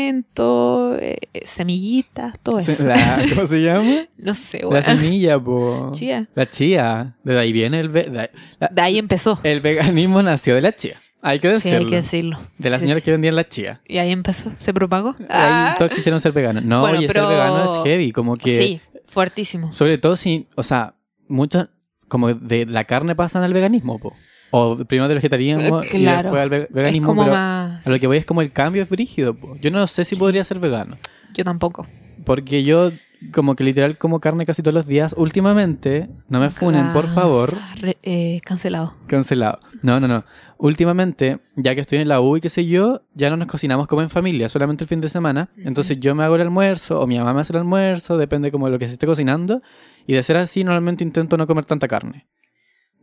S3: alimentos, eh, semillitas, todo eso.
S2: Se- la- ¿Cómo se llama?
S3: No sé,
S2: La
S3: weón.
S2: semilla, po.
S3: Chía.
S2: La chía. De ahí viene el... ve- de- la-
S3: De ahí empezó.
S2: el veganismo nació de la chía. Hay que
S3: Sí,
S2: decirlo.
S3: hay que decirlo.
S2: De las
S3: Sí,
S2: señoras
S3: sí.
S2: que vendían la chía.
S3: Y ahí empezó, se propagó.
S2: Ahí
S3: Ah,
S2: todos quisieron ser veganos. No,
S3: Bueno,
S2: y
S3: pero-
S2: ser vegano es heavy, como que...
S3: sí, fuertísimo.
S2: Sobre todo si, o sea, muchos como de la carne pasan al veganismo, po. O primero del vegetarianismo
S3: Eh,
S2: y
S3: claro.
S2: después al ve-
S3: Es
S2: veganismo,
S3: como
S2: pero
S3: más...
S2: a lo que voy es como el cambio es brígido, po. Yo no sé si
S3: Sí.
S2: podría ser vegano,
S3: Yo tampoco.
S2: porque yo como que literal como carne casi todos los días últimamente, no me funen, por favor,
S3: Cansa- re- eh, cancelado.
S2: cancelado. No, no, no. Últimamente, ya que estoy en la U y qué sé yo, ya no nos cocinamos como en familia, solamente el fin de semana.
S3: Ujú.
S2: Entonces yo me hago el almuerzo o mi mamá me hace el almuerzo, depende como de lo que se esté cocinando. Y de ser así, normalmente intento no comer tanta carne.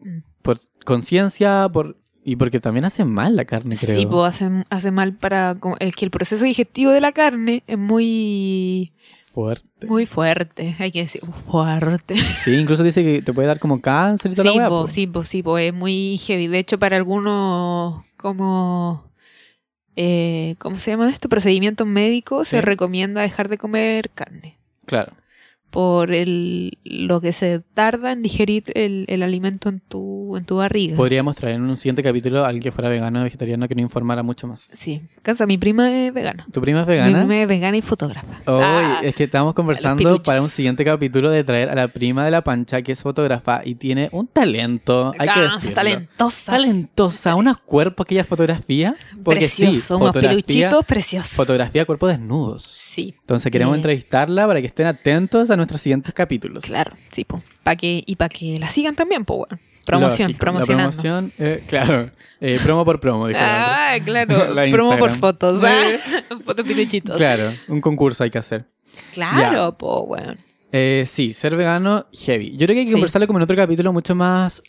S3: Mm.
S2: Por conciencia, por... y porque también hace mal la carne, creo.
S3: Sí, pues hace, hace mal para... como- Es que el proceso digestivo de la carne es muy...
S2: Fuerte.
S3: Muy fuerte, hay que decir, fuerte.
S2: Sí, incluso dice que te puede dar como cáncer y toda
S3: Sí,
S2: la
S3: po,
S2: hueá. pues.
S3: sí, po, sí, po, es muy heavy. De hecho, para algunos, como. eh, ¿Cómo se llaman esto? Procedimientos médicos,
S2: Sí.
S3: se recomienda dejar de comer carne.
S2: Claro.
S3: Por el, lo que se tarda en digerir el, el alimento en tu, en tu barriga.
S2: Podríamos traer en un siguiente capítulo a alguien que fuera vegano o vegetariano que no informara mucho más.
S3: Sí. Casa, mi prima es vegana.
S2: ¿Tu prima es
S3: Mi
S2: vegana?
S3: prima es vegana y fotógrafa.
S2: Hoy
S3: Ah,
S2: es que estamos conversando
S3: piluchos.
S2: para un siguiente capítulo de traer a la prima de la pancha que es fotógrafa y tiene un talento, hay que
S3: ah,
S2: decirlo.
S3: talentosa.
S2: Talentosa, unos cuerpos que ella fotografía, porque sí,
S3: Precioso, unos
S2: fotografía,
S3: peluchitos preciosos.
S2: fotografía cuerpos desnudos.
S3: sí.
S2: Entonces queremos
S3: Bien.
S2: entrevistarla para que estén atentos a nuestros siguientes capítulos.
S3: Claro, sí, po. Pa que, y para que la sigan también, po, weón. Promoción,
S2: Lógico, la
S3: promocionando.
S2: promoción, eh, claro, eh, promo por promo, dijo Leandro.
S3: ah, claro,
S2: La
S3: promo por
S2: Instagram.
S3: fotos, ¿ah? fotos piruchitos. Claro,
S2: Claro, un concurso hay que hacer.
S3: po, weón.
S2: Eh, sí, ser vegano, heavy. Yo creo que hay que
S3: Sí.
S2: conversarlo como en otro capítulo mucho más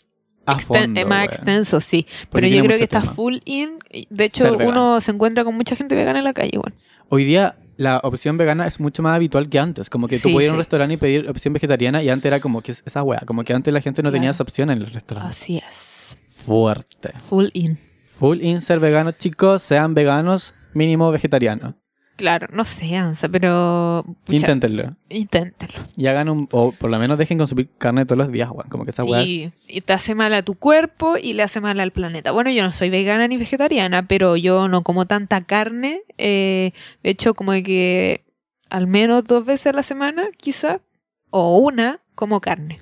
S2: a
S3: Exten-
S2: fondo.
S3: es más
S2: weón.
S3: extenso, sí.
S2: Porque
S3: Pero yo
S2: tiene
S3: creo
S2: mucho
S3: que está
S2: tema.
S3: full in. De
S2: Ser
S3: hecho,
S2: vegano.
S3: uno se encuentra con mucha gente vegana en la calle, weón.
S2: Hoy día la opción vegana es mucho más habitual que antes. Como que tú
S3: Sí,
S2: podías ir a un
S3: sí.
S2: restaurante y pedir opción vegetariana y antes era como que es- esa wea. Como que antes la gente no tenía
S3: Claro.
S2: esa opción en los restaurantes.
S3: Así es.
S2: Fuerte.
S3: Full in.
S2: Full in ser vegano, chicos. Sean veganos, mínimo vegetariano.
S3: Claro, no sé, Ansa, pero. pucha,
S2: Inténtenlo.
S3: Inténtenlo.
S2: Y hagan un... O por lo menos dejen consumir carne todos los días, weón. Como que esa wea es-
S3: Sí, y te hace mal a tu cuerpo y le hace mal al planeta. Bueno, yo no soy vegana ni vegetariana, pero yo no como tanta carne. eh, de hecho, como que al menos dos veces a la semana, quizá, o una, como carne.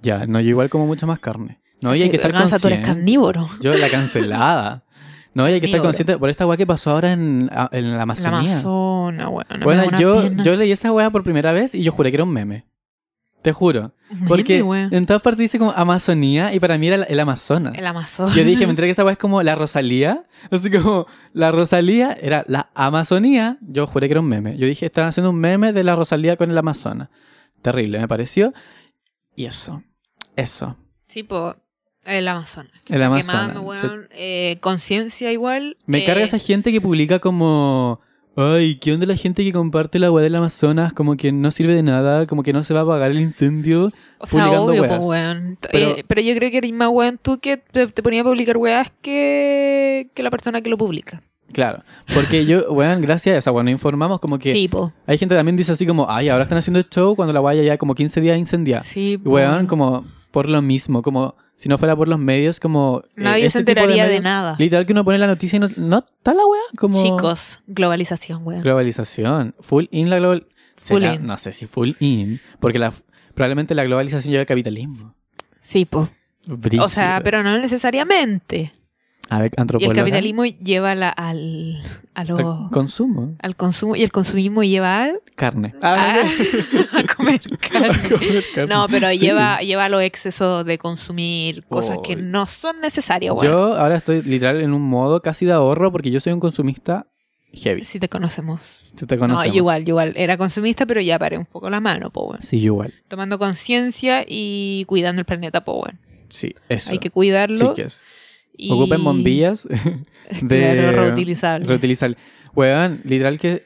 S2: Ya, no, yo igual como mucho más carne. No, y hay
S3: Así,
S2: que estar
S3: Gansa, tú eres
S2: consciente.
S3: carnívoro.
S2: Yo, la cancelada. No, y hay que estar
S3: Carnívoro.
S2: consciente por esta weá que pasó ahora en, a- en la
S3: La
S2: Amazonía.
S3: Amazona, weón. me da
S2: bueno,
S3: una
S2: yo,
S3: pena.
S2: yo leí esa weá por primera vez y yo juré que era un meme. Te juro.
S3: Meme,
S2: Porque
S3: weón.
S2: en todas partes dice como Amazonía y para mí era el, el Amazonas.
S3: el Amazonas.
S2: Yo dije, me enteré que esa weá es como la Rosalía. Así como la Rosalía era la Amazonía. Yo juré que era un meme. Yo dije, están haciendo un meme de la Rosalía con el Amazonas. Terrible, me pareció. Y eso. Eso.
S3: Sí, po, el Amazonas.
S2: El Amazonas.
S3: Quemando,
S2: Se-
S3: weón. eh, Conciencia igual.
S2: Me
S3: eh,
S2: carga esa gente que publica como. Ay, ¿qué onda la gente que comparte la agua del Amazonas? Como que no sirve de nada, como que no se va a apagar el incendio.
S3: O sea,
S2: publicando
S3: obvio, po,
S2: weas.
S3: weón. T- eh,
S2: Pero-
S3: Pero, yo creo que eres más weón tú que te, te ponía a publicar weas que, que la persona que lo publica.
S2: Claro. Porque yo, weón, gracias a esa, weón, nos informamos como que
S5: Sí, po.
S2: hay gente que también dice así como, ay, ahora están haciendo show cuando la guaya ya como 15 días incendiada.
S3: Sí, po.
S2: Ah. Weón, como por lo mismo, como si no fuera por los medios, como... eh,
S3: Nadie se
S2: tipo
S5: enteraría de nada.
S2: Literal que uno pone la noticia y no, no está la weá, como...
S5: Chicos, globalización, weón.
S2: Globalización. Full in la global...
S5: Full
S2: será,
S5: in.
S2: No sé si full in, porque la, probablemente la globalización lleva al capitalismo.
S5: sí, po.
S2: Brígido.
S3: O sea, pero no necesariamente.
S2: A ver,
S3: Y el
S2: antropóloga.
S3: capitalismo lleva la- al, a lo-
S2: Al Consumo.
S3: al consumo y el consumismo lleva al-
S2: Carne. Ah,
S3: a, a comer carne. Ah. No, pero
S2: Sí.
S3: lleva, lleva los excesos de consumir cosas que
S2: Oy.
S3: no son necesarias, weón.
S2: Yo ahora estoy literal en un modo casi de ahorro porque yo soy un consumista heavy.
S3: Si te conocemos.
S2: Te, te
S3: No,
S2: conocemos.
S3: yo igual, yo igual. Era consumista, pero ya paré un poco la mano, po, weón.
S2: Sí, yo igual.
S3: Tomando conciencia y cuidando el planeta, po, weón.
S2: Sí, eso.
S3: Hay que cuidarlo.
S2: Chiques,
S3: y...
S2: ocupen bombillas de
S3: Claro, reutilizables.
S2: reutilizar. Weón, literal que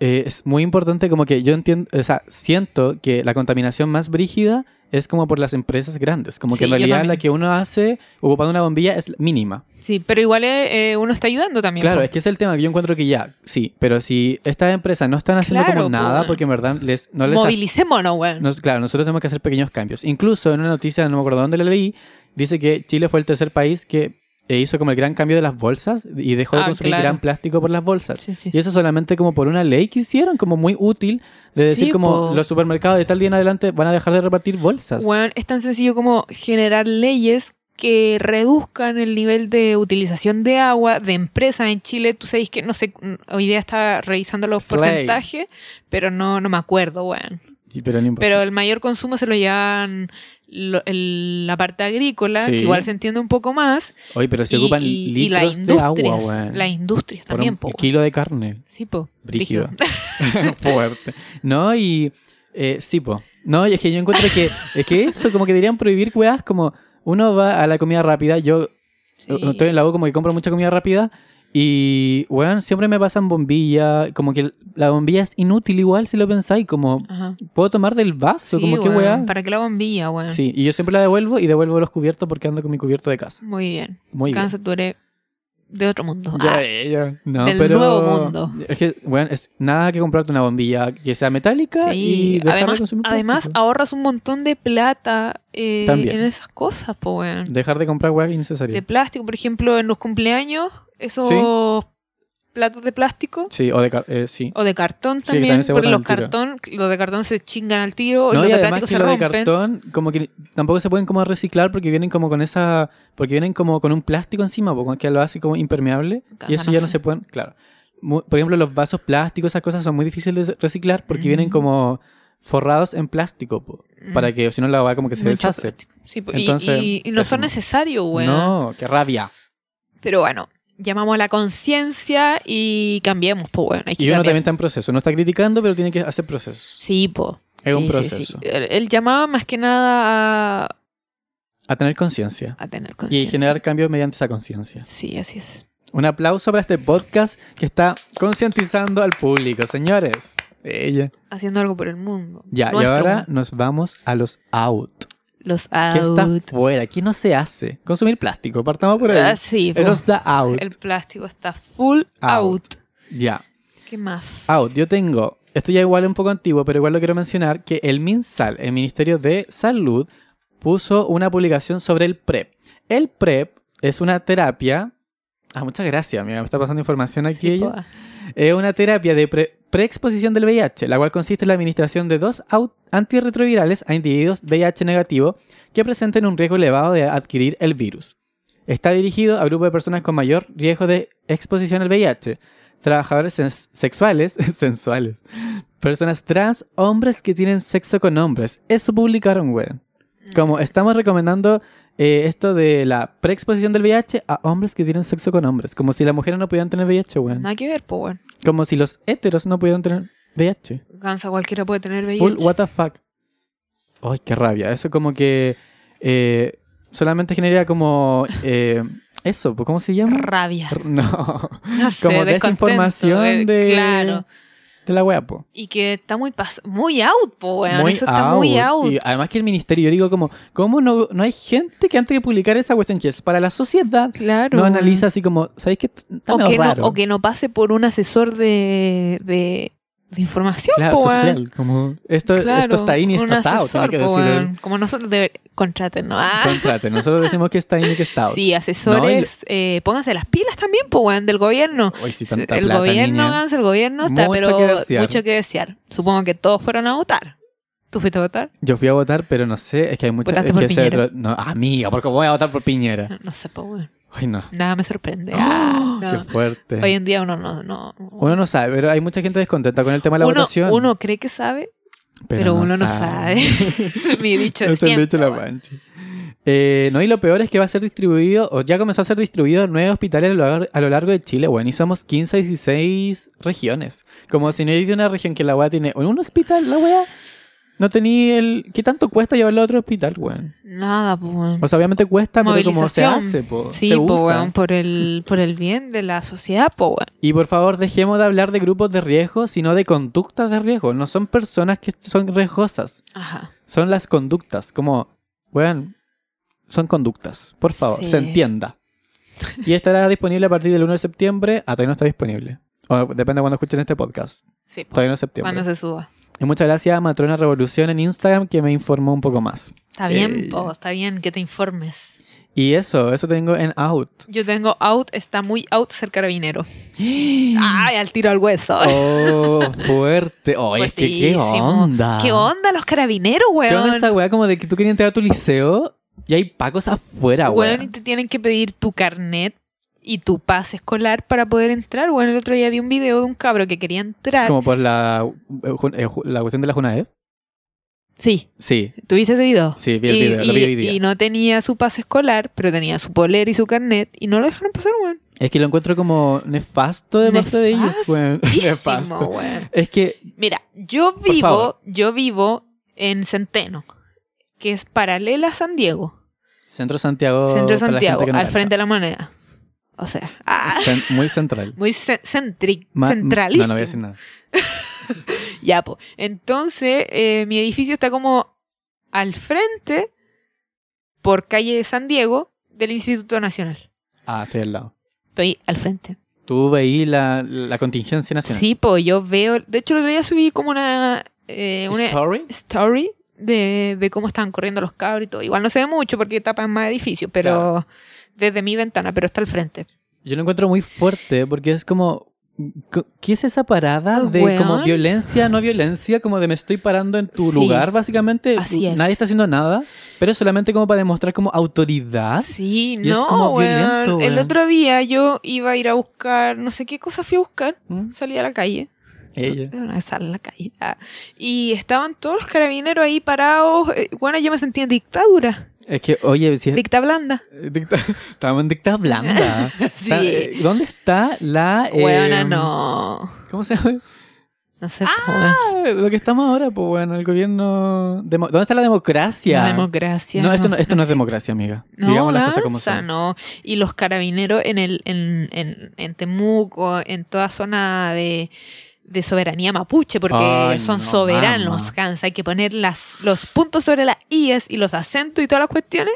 S2: eh, es muy importante como que yo entiendo, o sea, siento que la contaminación más brígida es como por las empresas grandes. Como
S3: Sí,
S2: que en
S3: yo
S2: realidad
S3: también.
S2: la que uno hace ocupando una bombilla es mínima.
S3: Sí, pero igual eh, eh, uno está ayudando también.
S2: Claro,
S3: po.
S2: es que ese es el tema que yo encuentro que ya, sí, pero si estas empresas no están haciendo
S3: Claro,
S2: como nada,
S3: pues.
S2: porque en verdad les, no les
S3: Movilicémonos, weón.
S2: Nos- claro, nosotros tenemos que hacer pequeños cambios. Incluso en una noticia, no me acuerdo dónde la leí, dice que Chile fue el tercer país que eh, hizo como el gran cambio de las bolsas y dejó de
S3: Ah,
S2: consumir
S3: claro.
S2: gran plástico por las bolsas.
S3: Sí, sí.
S2: Y eso solamente como por una ley que hicieron, como muy útil, de
S3: Sí,
S2: decir como
S3: po.
S2: los supermercados de tal día en adelante van a dejar de repartir bolsas.
S3: Weón, es tan sencillo como generar leyes que reduzcan el nivel de utilización de agua de empresas en Chile. Tú sabes que, no sé, hoy día estaba revisando los
S2: Slay.
S3: porcentajes, pero no, no me acuerdo, weón.
S2: Sí, pero no importa.
S3: Pero el mayor consumo se lo llevan lo- el- la parte agrícola,
S2: Sí.
S3: que igual se entiende un poco más.
S2: Oye, pero se
S3: y,
S2: ocupan
S3: y- y las
S2: litros de agua,
S3: industrias,
S2: weón.
S3: las industrias
S2: Por
S3: también,
S2: un
S3: po, weón.
S2: kilo de carne.
S3: Sí, po.
S2: Brígido.
S3: Brígido.
S2: Fuerte. No, y. eh, sí, po. No, y es que yo encuentro que. Es que eso, como que deberían prohibir weas, como. Uno va a la comida rápida. Yo
S3: Sí.
S2: eh, estoy en la U, como que compro mucha comida rápida. Y, weón, siempre me pasan bombilla. Como que la bombilla es inútil, igual si lo pensáis. Como,
S3: Ajá.
S2: puedo tomar del vaso,
S3: Sí,
S2: como que
S3: weón,
S2: wea.
S3: ¿Para qué la bombilla, weón?
S2: Sí, y yo siempre la devuelvo y devuelvo los cubiertos porque ando con mi cubierto de casa.
S3: Muy bien.
S2: Muy bien.
S3: Cáncer, tú eres de otro mundo.
S2: Ya,
S3: Ah,
S2: ya. No,
S3: del
S2: pero-
S3: nuevo mundo.
S2: Es que, bueno, es nada que comprarte una bombilla que sea metálica y
S3: Ah, sí.
S2: dejar de
S3: Además,
S2: consumir
S3: además
S2: plástico. pues.
S3: ahorras un montón de plata eh,
S2: También.
S3: en esas cosas, po, weón.
S2: Dejar de comprar weas innecesarias.
S3: De plástico, por ejemplo, en los cumpleaños, esos platos de plástico
S2: Sí, o de... ca- eh, sí.
S3: o de cartón
S2: que también
S3: también,
S2: se
S3: porque
S2: botan
S3: los,
S2: al tiro.
S3: cartón, los de cartón se chingan al tiro,
S2: No,
S3: los
S2: y
S3: de
S2: además
S3: plástico
S2: que
S3: se
S2: lo de
S3: rompen.
S2: cartón, como que tampoco se pueden como reciclar porque vienen como con esa... Porque vienen como con un plástico encima, po, que lo hace como impermeable.
S3: Caja,
S2: Y eso
S3: no
S2: ya no
S3: sé.
S2: se pueden... Claro. Mu- por ejemplo, los vasos plásticos, esas cosas son muy difíciles de reciclar porque vienen
S3: Mm.
S2: como forrados en plástico, po,
S3: Mm.
S2: para que si no la va como que se
S3: Mucho
S2: deshace.
S3: plástico. Sí, po, y-
S2: Entonces,
S3: y, y no son
S2: pésimo.
S3: necesarios, weón.
S2: No, qué rabia.
S3: Pero bueno, llamamos a la conciencia y cambiemos, pues bueno. Hay que
S2: Y uno
S3: cambiar.
S2: también está en proceso. No está criticando, pero tiene que hacer procesos.
S3: Sí, po.
S2: Es un
S3: Sí, sí, sí.
S2: proceso.
S3: Él, él llamaba más que nada a,
S2: A tener conciencia.
S3: a tener
S2: Y
S3: conciencia.
S2: generar cambios mediante esa conciencia.
S3: Sí, así es.
S2: Un aplauso para este podcast que está concientizando al público, señores. Ella.
S3: Haciendo algo por el mundo.
S2: Ya,
S3: Nuestro
S2: y ahora
S3: mundo.
S2: nos vamos a los out.
S3: Los
S2: ¿Qué está
S3: out.
S2: fuera? ¿Qué no se hace? Consumir plástico, partamos por ahí.
S3: Ah, sí, po.
S2: Eso está out.
S3: El plástico está full
S2: Out. Ah,
S3: out.
S2: Ya.
S3: ¿Qué más?
S2: Out, yo tengo, esto ya igual es un poco antiguo, pero igual lo quiero mencionar, que el MinSal, el Ministerio de Salud, puso una publicación sobre el PrEP. El PrEP es una terapia... Ah, muchas gracias, amiga, me está pasando información aquí.
S3: Sí, pues,
S2: ella.
S3: ah. po.
S2: Es una terapia de pre- preexposición del VIH, la cual consiste en la administración de dos au- antirretrovirales a individuos VIH negativo que presenten un riesgo elevado de adquirir el virus. Está dirigido a grupos de personas con mayor riesgo de exposición al VIH, trabajadores sens- sexuales, sensuales, personas trans, hombres que tienen sexo con hombres. Eso publicaron, weón. Como estamos recomendando eh, esto de la preexposición del VIH a hombres que tienen sexo con hombres. Como si las mujeres no pudieran tener VIH, weón.
S3: Nada que ver, po, bueno.
S2: Como si los héteros no pudieran tener VIH.
S3: Gansa cualquiera puede tener
S2: Full,
S3: VIH.
S2: what the fuck. Ay, qué rabia. Eso como que eh, solamente genera como... eh, eso, pues, ¿cómo se llama?
S5: Rabia.
S2: No.
S3: No sé,
S2: Como
S3: descontento,
S2: desinformación
S3: eh,
S2: de...
S3: Claro.
S2: de la wea, po.
S3: Y que está muy pas- muy out, po, weón.
S2: Muy
S3: Eso está muy out.
S2: Y además que el ministerio, yo digo como, ¿cómo no, no hay gente que antes de publicar esa cuestión que es para la sociedad
S6: Claro.
S2: no analiza así como, ¿sabéis qué? Está
S3: O
S2: medio
S3: que, no,
S2: raro.
S3: o que no pase por un asesor de, de, de información,
S2: Claro,
S3: po, weón.
S2: social, como, esto,
S6: Claro,
S2: esto está in y
S3: un
S2: esto está out, tiene
S3: asesor,
S2: que
S3: po,
S2: decir el-
S3: weón. Como nosotros de... contraten, ¿no? Ah.
S2: Contrate, nosotros decimos que está in y que está out.
S3: Sí, asesores, eh, pónganse las pilas también, po, weón, del gobierno.
S2: Hoy sí, tanta
S3: el
S2: plata,
S3: gobierno,
S2: niña.
S3: Gans, el gobierno está,
S2: Mucho
S3: pero
S2: que desear.
S3: mucho que desear. Supongo que todos fueron a votar. ¿Tú fuiste a votar?
S2: Yo fui a votar, pero no sé, es que hay muchas...
S3: ¿Votaste
S2: es
S3: por
S2: que ese
S3: Piñera?
S2: otro- no, amiga, porque voy a votar por Piñera.
S3: No, no sé, po, weón.
S2: Ay, no.
S3: Nada me sorprende. Ah, no.
S2: Qué fuerte.
S3: Hoy en día uno no. no
S2: Uno no sabe, pero hay mucha gente descontenta con el tema de la
S3: uno,
S2: votación.
S3: uno cree que sabe, pero, uno no sabe. Mi dicho de
S2: Eso han
S3: siempre,
S2: dicho la
S3: weón.
S2: Panchi. Eh, no, y lo peor es que va a ser distribuido, o ya comenzó a ser distribuido en nueve hospitales a lo, lar- a lo largo de Chile, bueno, y somos 15, 16 regiones. Como si no hay de una región que la weá tiene o un hospital, la weá no tenía el... ¿Qué tanto cuesta llevarlo a otro hospital, weón?
S3: Nada, po, weón.
S2: O sea, obviamente cuesta, pero como se
S3: Movilización.
S2: hace, po,
S3: Sí,
S2: se
S3: po,
S2: usa.
S3: weón, por el, por el bien de la sociedad, po, weón.
S2: Y por favor, dejemos de hablar de grupos de riesgo, sino de conductas de riesgo. No son personas que son riesgosas,
S3: Ajá.
S2: son las conductas. Como, weón, son conductas. Por favor,
S3: Sí.
S2: se entienda. Y estará disponible a partir del 1 de septiembre. Ah, todavía no está disponible. O depende de cuando escuchen este podcast.
S3: Sí, po,
S2: Todavía no es septiembre.
S3: cuando se suba.
S2: Y muchas gracias a Matrona Revolución en Instagram que me informó un poco más.
S3: Está bien,
S2: Eh,
S3: po, está bien que te informes.
S2: Y eso, eso tengo en Out.
S3: Yo tengo out, está muy out ser carabinero. Ay, al tiro al hueso.
S2: Mm. Oh, fuerte. Oh, es que qué
S3: Fuertísimo.
S2: onda.
S3: ¿Qué onda los carabineros,
S2: Ah. ¿Qué onda
S3: weón?
S2: esa weá como de que tú querías entrar a tu liceo y hay pacos afuera,
S3: Weón, y
S2: weón?
S3: te tienen que pedir tu carnet y tu pase escolar para poder entrar. Bueno, el otro día vi un video de un cabro que quería entrar.
S2: Como por la, eh, ju- eh, ju- la cuestión de la Junaed.
S3: Sí,
S2: Sí,
S3: ¿tuviste ese video?
S2: sí, vi el
S3: y,
S2: video, lo vi
S3: y-
S2: hoy día.
S3: y no tenía su pase escolar, pero tenía su polera y su carnet y no lo dejaron pasar, weón.
S2: Es que lo encuentro como nefasto de parte de ellos, weón.
S3: Písimo, weón.
S2: Es que,
S3: Mira, yo
S2: favor.
S3: vivo, yo vivo en Centeno, que es paralela a San Diego.
S2: Centro Santiago.
S3: Centro
S2: Oh,
S3: de
S2: para la gente
S3: Santiago,
S2: que no
S3: al
S2: cacha.
S3: frente de la moneda. O sea, ah,
S2: Cen- muy central.
S3: muy ce- centri-
S2: Ma-
S3: centralísimo.
S2: No, no voy a decir nada.
S3: Ya, po. Entonces, eh, mi edificio está como al frente, por calle de San Diego, del Instituto Nacional.
S2: Ah, estoy al lado.
S3: Estoy al frente.
S2: Tú veí la, la contingencia nacional.
S3: Sí, po, yo veo. De hecho, el otro día subí como una, eh, una
S2: Story.
S3: story de, de cómo estaban corriendo los cabros y todo. Igual no se ve mucho porque tapan más edificios, pero desde mi ventana, pero está al frente.
S2: Yo lo encuentro muy fuerte porque es como. co- ¿Qué es esa parada de como
S3: Ah, Weón.
S2: violencia, no violencia? Como de me estoy parando en tu
S3: Sí.
S2: lugar, básicamente.
S3: Así es.
S2: Nadie está haciendo nada, pero es solamente como para demostrar como autoridad.
S3: Sí,
S2: ¿Ah? Y es
S3: no,
S2: como
S3: weón.
S2: violento, weón.
S3: El otro día yo iba a ir a buscar, no sé qué cosa fui a buscar.
S2: ¿Mm?
S3: Salí a la calle.
S2: Ella.
S3: Era Una vez sal a la calle. ah, Y estaban todos los carabineros ahí parados. eh, Bueno, yo me sentía en dictadura.
S2: Es que, oye, si es- eh,
S3: Dicta blanda.
S2: dicta- estamos en dicta blanda.
S3: Sí.
S2: Está- eh, ¿Dónde está la. eh,
S3: Weona, no.
S2: ¿Cómo se llama?
S3: No sé, po, weón.
S2: Ah, lo que estamos ahora, pues bueno, el gobierno. demo- ¿Dónde está la democracia?
S3: La democracia.
S2: no, esto no, esto no es
S3: existe.
S2: democracia, amiga.
S3: No,
S2: Digamos las cosas como
S3: Lanza,
S2: son.
S3: no. Y los carabineros en el en, en, en Temuco, en toda zona de, de soberanía mapuche, porque
S2: Ay,
S3: son
S2: no,
S3: soberanos,
S2: mamá.
S3: Hans. Hay que poner las, los puntos sobre las IES y los acentos y todas las cuestiones,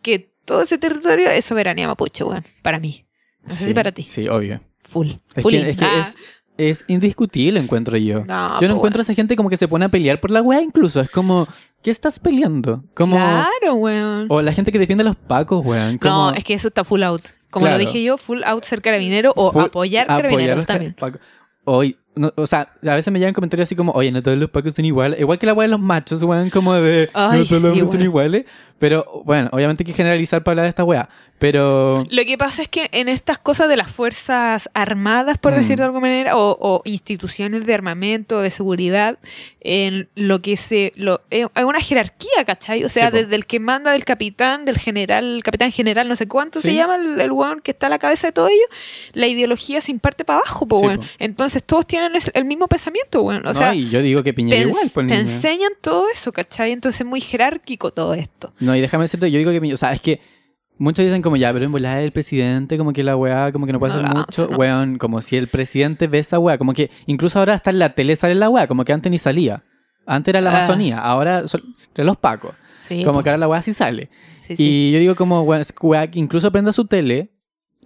S3: que todo ese territorio es soberanía mapuche, weón, para mí. No sé si para ti.
S2: Sí, obvio.
S3: Full.
S2: Es
S3: Full
S2: que, es, que
S3: Ah,
S2: es- es indiscutible, encuentro yo.
S3: no, pues
S2: yo no
S3: po,
S2: encuentro a esa gente como que se pone a pelear por la weá, incluso. Es como, ¿qué estás peleando?
S3: weón.
S2: Como,
S3: Claro, weón.
S2: O la gente que defiende a los pacos, weón. Como,
S3: No, es que eso está full out. Como
S2: Claro.
S3: lo dije yo, full out ser carabinero o
S2: full-
S3: apoyar
S2: a
S3: carabineros
S2: los ca-
S3: también.
S2: pacos. Oye, no, o sea, a veces me llegan comentarios así como, oye, no todos los pacos son iguales. Igual que la weá de los machos, weón, como de,
S3: Ay,
S2: no todos los
S3: sí,
S2: hombres son
S3: weón.
S2: iguales. Pero, bueno, obviamente hay que generalizar para hablar de esta weá. Pero,
S3: Lo que pasa es que en estas cosas de las Fuerzas Armadas, por decir
S2: Mm.
S3: de alguna manera, o, o instituciones de armamento, de seguridad, en lo que se... Lo, eh, hay una jerarquía, ¿cachai? O sea,
S2: Sí, po.
S3: desde el que manda del capitán, del general, capitán general, no sé cuánto
S2: Sí.
S3: se llama, el, el weón que está a la cabeza de todo ello, la ideología se imparte para abajo, po,
S2: Sí,
S3: weón.
S2: po.
S3: Entonces todos tienen es- el mismo pensamiento, weón. O
S2: no,
S3: sea,
S2: y yo digo que Piñera
S3: te,
S2: igual,
S3: ens-
S2: pues,
S3: te
S2: niña.
S3: enseñan todo eso, ¿cachai? Entonces es muy jerárquico todo esto.
S2: No, y déjame decirte, yo digo que Piñera, o sea, es que Muchos dicen como ya, pero en volada el presidente, como que la weá, como que no puede
S7: No
S2: hacer
S7: la
S2: mucho.
S7: hace, no.
S2: Weón, como si el presidente ve esa weá. Como que incluso ahora hasta en la tele sale la weá, como que antes ni salía. Antes era la
S1: Ah.
S2: Amazonía, ahora son los pacos.
S1: Sí,
S2: como
S1: po.
S2: que ahora la weá sí sale.
S1: Sí, sí.
S2: Y yo digo como, weón, es que weá, que incluso prenda su tele.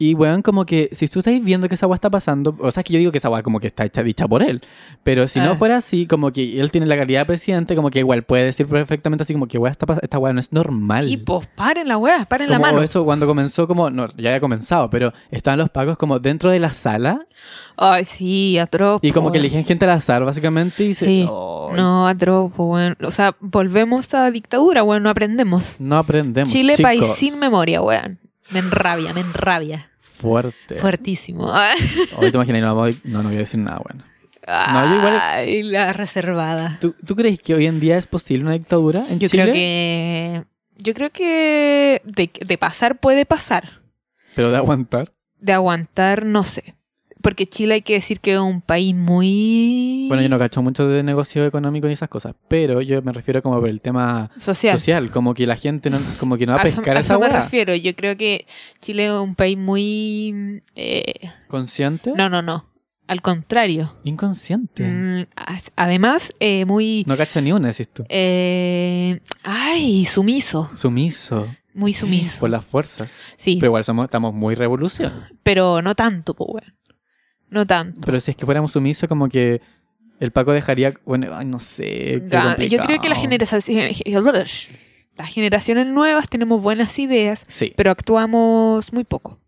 S2: Y weón, como que si tú estáis viendo que esa weá está pasando, o sea, es que yo digo que esa weá como que está hecha dicha por él. Pero si
S1: Ah.
S2: no fuera así, como que él tiene la calidad de presidente, como que igual puede decir perfectamente así como que weá, está pas- esta weá no es normal.
S3: Sí, pues paren la weá, paren la
S2: Como
S3: mano.
S2: eso cuando comenzó como, no, ya había comenzado, pero estaban los pacos como dentro de la sala
S3: Ay, sí, atroz.
S2: y
S3: po,
S2: como que
S3: weón.
S2: eligen gente al azar básicamente y se-
S3: Oh. Sí.
S2: ¡Ay! no.
S3: No, atroz, po, weón. O sea, volvemos a dictadura, weón, no aprendemos.
S2: aprendemos.
S3: Chile,
S2: chicos.
S3: país sin memoria, weón. Me enrabia, me enrabia.
S2: Fuerte.
S3: Fuertísimo.
S2: Hoy te imaginas, no, voy- no, no voy a decir nada bueno. yo igual-
S3: Ay, la reservada.
S2: ¿Tú, tú crees que hoy en día es posible una dictadura en
S3: Yo
S2: Chile?
S3: creo que. Yo creo que de, de pasar puede pasar.
S2: Pero de aguantar.
S3: De aguantar, no sé. Porque Chile hay que decir que es un país muy
S2: Bueno, yo no cacho mucho de negocio económico ni esas cosas, pero yo me refiero como por el tema
S3: social.
S2: social, como que la gente no, como que no va a
S3: A eso-
S2: pescar
S3: a
S2: esa
S3: eso me
S2: hueá.
S3: refiero. Yo creo que Chile es un país muy. eh,
S2: ¿Consciente?
S3: no, no, no. Al contrario.
S2: Inconsciente.
S3: Mm, as- además, eh, muy.
S2: No cacha ni una, decís tú.
S3: eh, ay, sumiso.
S2: Sumiso
S3: Muy sumiso.
S2: por las fuerzas.
S3: Sí,
S2: Pero igual somos, estamos muy revolución.
S3: pero no tanto, pues, weón. No tanto.
S2: Pero si es que fuéramos sumisos, como que el Paco dejaría. Bueno, ay, no sé. qué
S3: Ga- Yo creo que
S2: Eh, complicado.
S3: las generaciones, las generaciones nuevas tenemos buenas ideas,
S2: Sí.
S3: pero actuamos muy poco.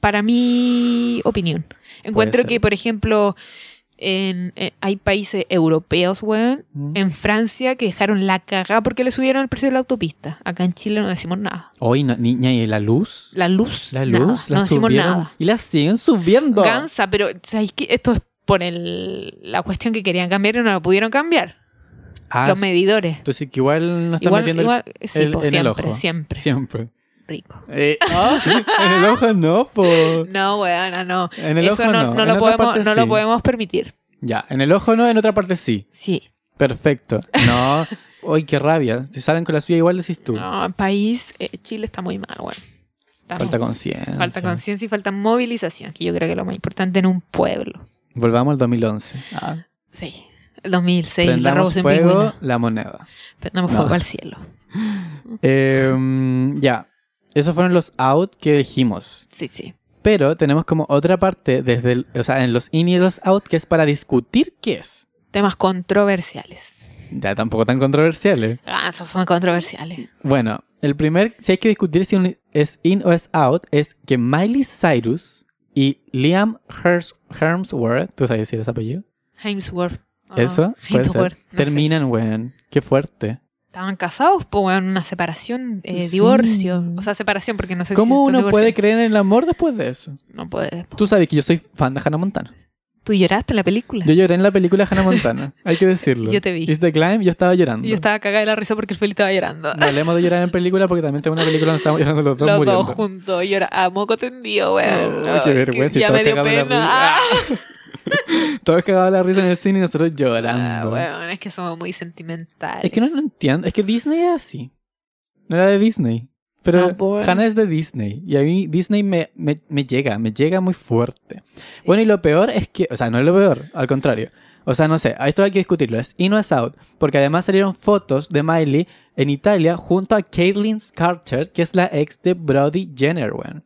S3: Para mi opinión. Encuentro
S2: ser.
S3: que, por ejemplo, en, eh, hay países europeos, weón,
S2: Mm.
S3: en Francia que dejaron la cagada porque le subieron el precio de la autopista. Acá en Chile no decimos nada.
S2: Hoy, no- niña, ¿y la luz?
S3: La luz.
S2: La
S3: nada.
S2: luz, la
S3: no decimos
S2: subieron.
S3: nada.
S2: Y la siguen subiendo.
S3: Gansa, pero ¿sabéis qué? esto es por el- la cuestión que querían cambiar y no lo pudieron cambiar.
S2: Ah,
S3: Los
S2: sí.
S3: medidores.
S2: Entonces, que igual nos están
S3: Igual,
S2: metiendo el-
S3: igual sí,
S2: el-
S3: po,
S2: en el
S3: siempre,
S2: ojo.
S3: siempre,
S2: siempre.
S3: rico.
S2: Eh, ah, en el ojo no, po.
S3: No, weona, no.
S2: En el
S3: Eso
S2: ojo
S3: no,
S2: no.
S3: no,
S2: en
S3: lo
S2: otra
S3: podemos,
S2: parte
S3: no lo
S2: sí.
S3: podemos permitir.
S2: Ya, en el ojo no, en otra parte sí.
S3: Sí.
S2: Perfecto. No. Ay, qué rabia. Te salen con la suya igual, decís tú.
S3: No, el país, eh, Chile está muy mal, bueno. Estamos-
S2: Falta conciencia.
S3: falta conciencia y falta movilización, que yo creo que es lo más importante en un pueblo.
S2: Volvamos al 2011. Ah.
S3: Sí. El 2006, la
S2: Prendamos
S3: revolución
S2: fuego
S3: pingüina.
S2: la moneda.
S3: Prendamos
S2: No.
S3: fuego al cielo.
S2: Eh, ya. Esos fueron los out que dijimos.
S3: Sí, sí.
S2: Pero tenemos como otra parte desde el- o sea, en los in y los out que es para discutir qué es.
S3: Temas controversiales.
S2: Ya tampoco tan controversiales.
S3: Ah, esos son controversiales.
S2: Bueno, el primer, si hay que discutir si un- es in o es out, es que Miley Cyrus y Liam Hers- Hemsworth, ¿tú sabes decir ese apellido?
S3: Hemsworth. Ah,
S2: Eso, puede ser.
S3: Hemsworth, no sé. Pues
S2: Terminan, weón. Qué fuerte.
S3: Estaban casados, pues, weón, una separación, eh,
S2: Sí.
S3: divorcio. O sea, separación, porque no sé si
S2: ¿Cómo
S3: están
S2: uno puede
S3: divorciados.
S2: creer en el amor después de eso?
S3: No puede. po.
S2: Tú sabes que yo soy fan de Hannah Montana.
S3: Tú lloraste en la película.
S2: Yo lloré en la película Hannah Montana, hay que decirlo.
S3: Yo te vi.
S2: Is the Climb, yo estaba llorando.
S3: Yo estaba cagada de la risa porque el Felipe estaba llorando.
S2: No hablemos de llorar en película porque también tengo una película donde estamos llorando los dos
S3: Los
S2: muriendo.
S3: dos juntos, llora a "Ah, moco tendido, weón.
S2: Oh, qué vergüenza,
S3: Ya
S2: estaba
S3: me dio
S2: cagado de la
S3: pena.
S2: risa.
S3: Ah,
S2: Todos cagados de la risa en el cine y nosotros llorando.
S3: Ah, weón, es que somos muy sentimentales.
S2: es que no, no entiendo, es que Disney es así. No era de Disney. Pero
S3: No, por-
S2: Hannah es de Disney y a mí Disney me, me, me llega, me llega muy fuerte. Bueno, y lo peor es que, o sea, no es lo peor, al contrario. O sea, no sé, a esto hay que discutirlo, es in o es out, porque además salieron fotos de Miley en Italia junto a Caitlyn Carter, que es la ex de Brody Jenner, weón.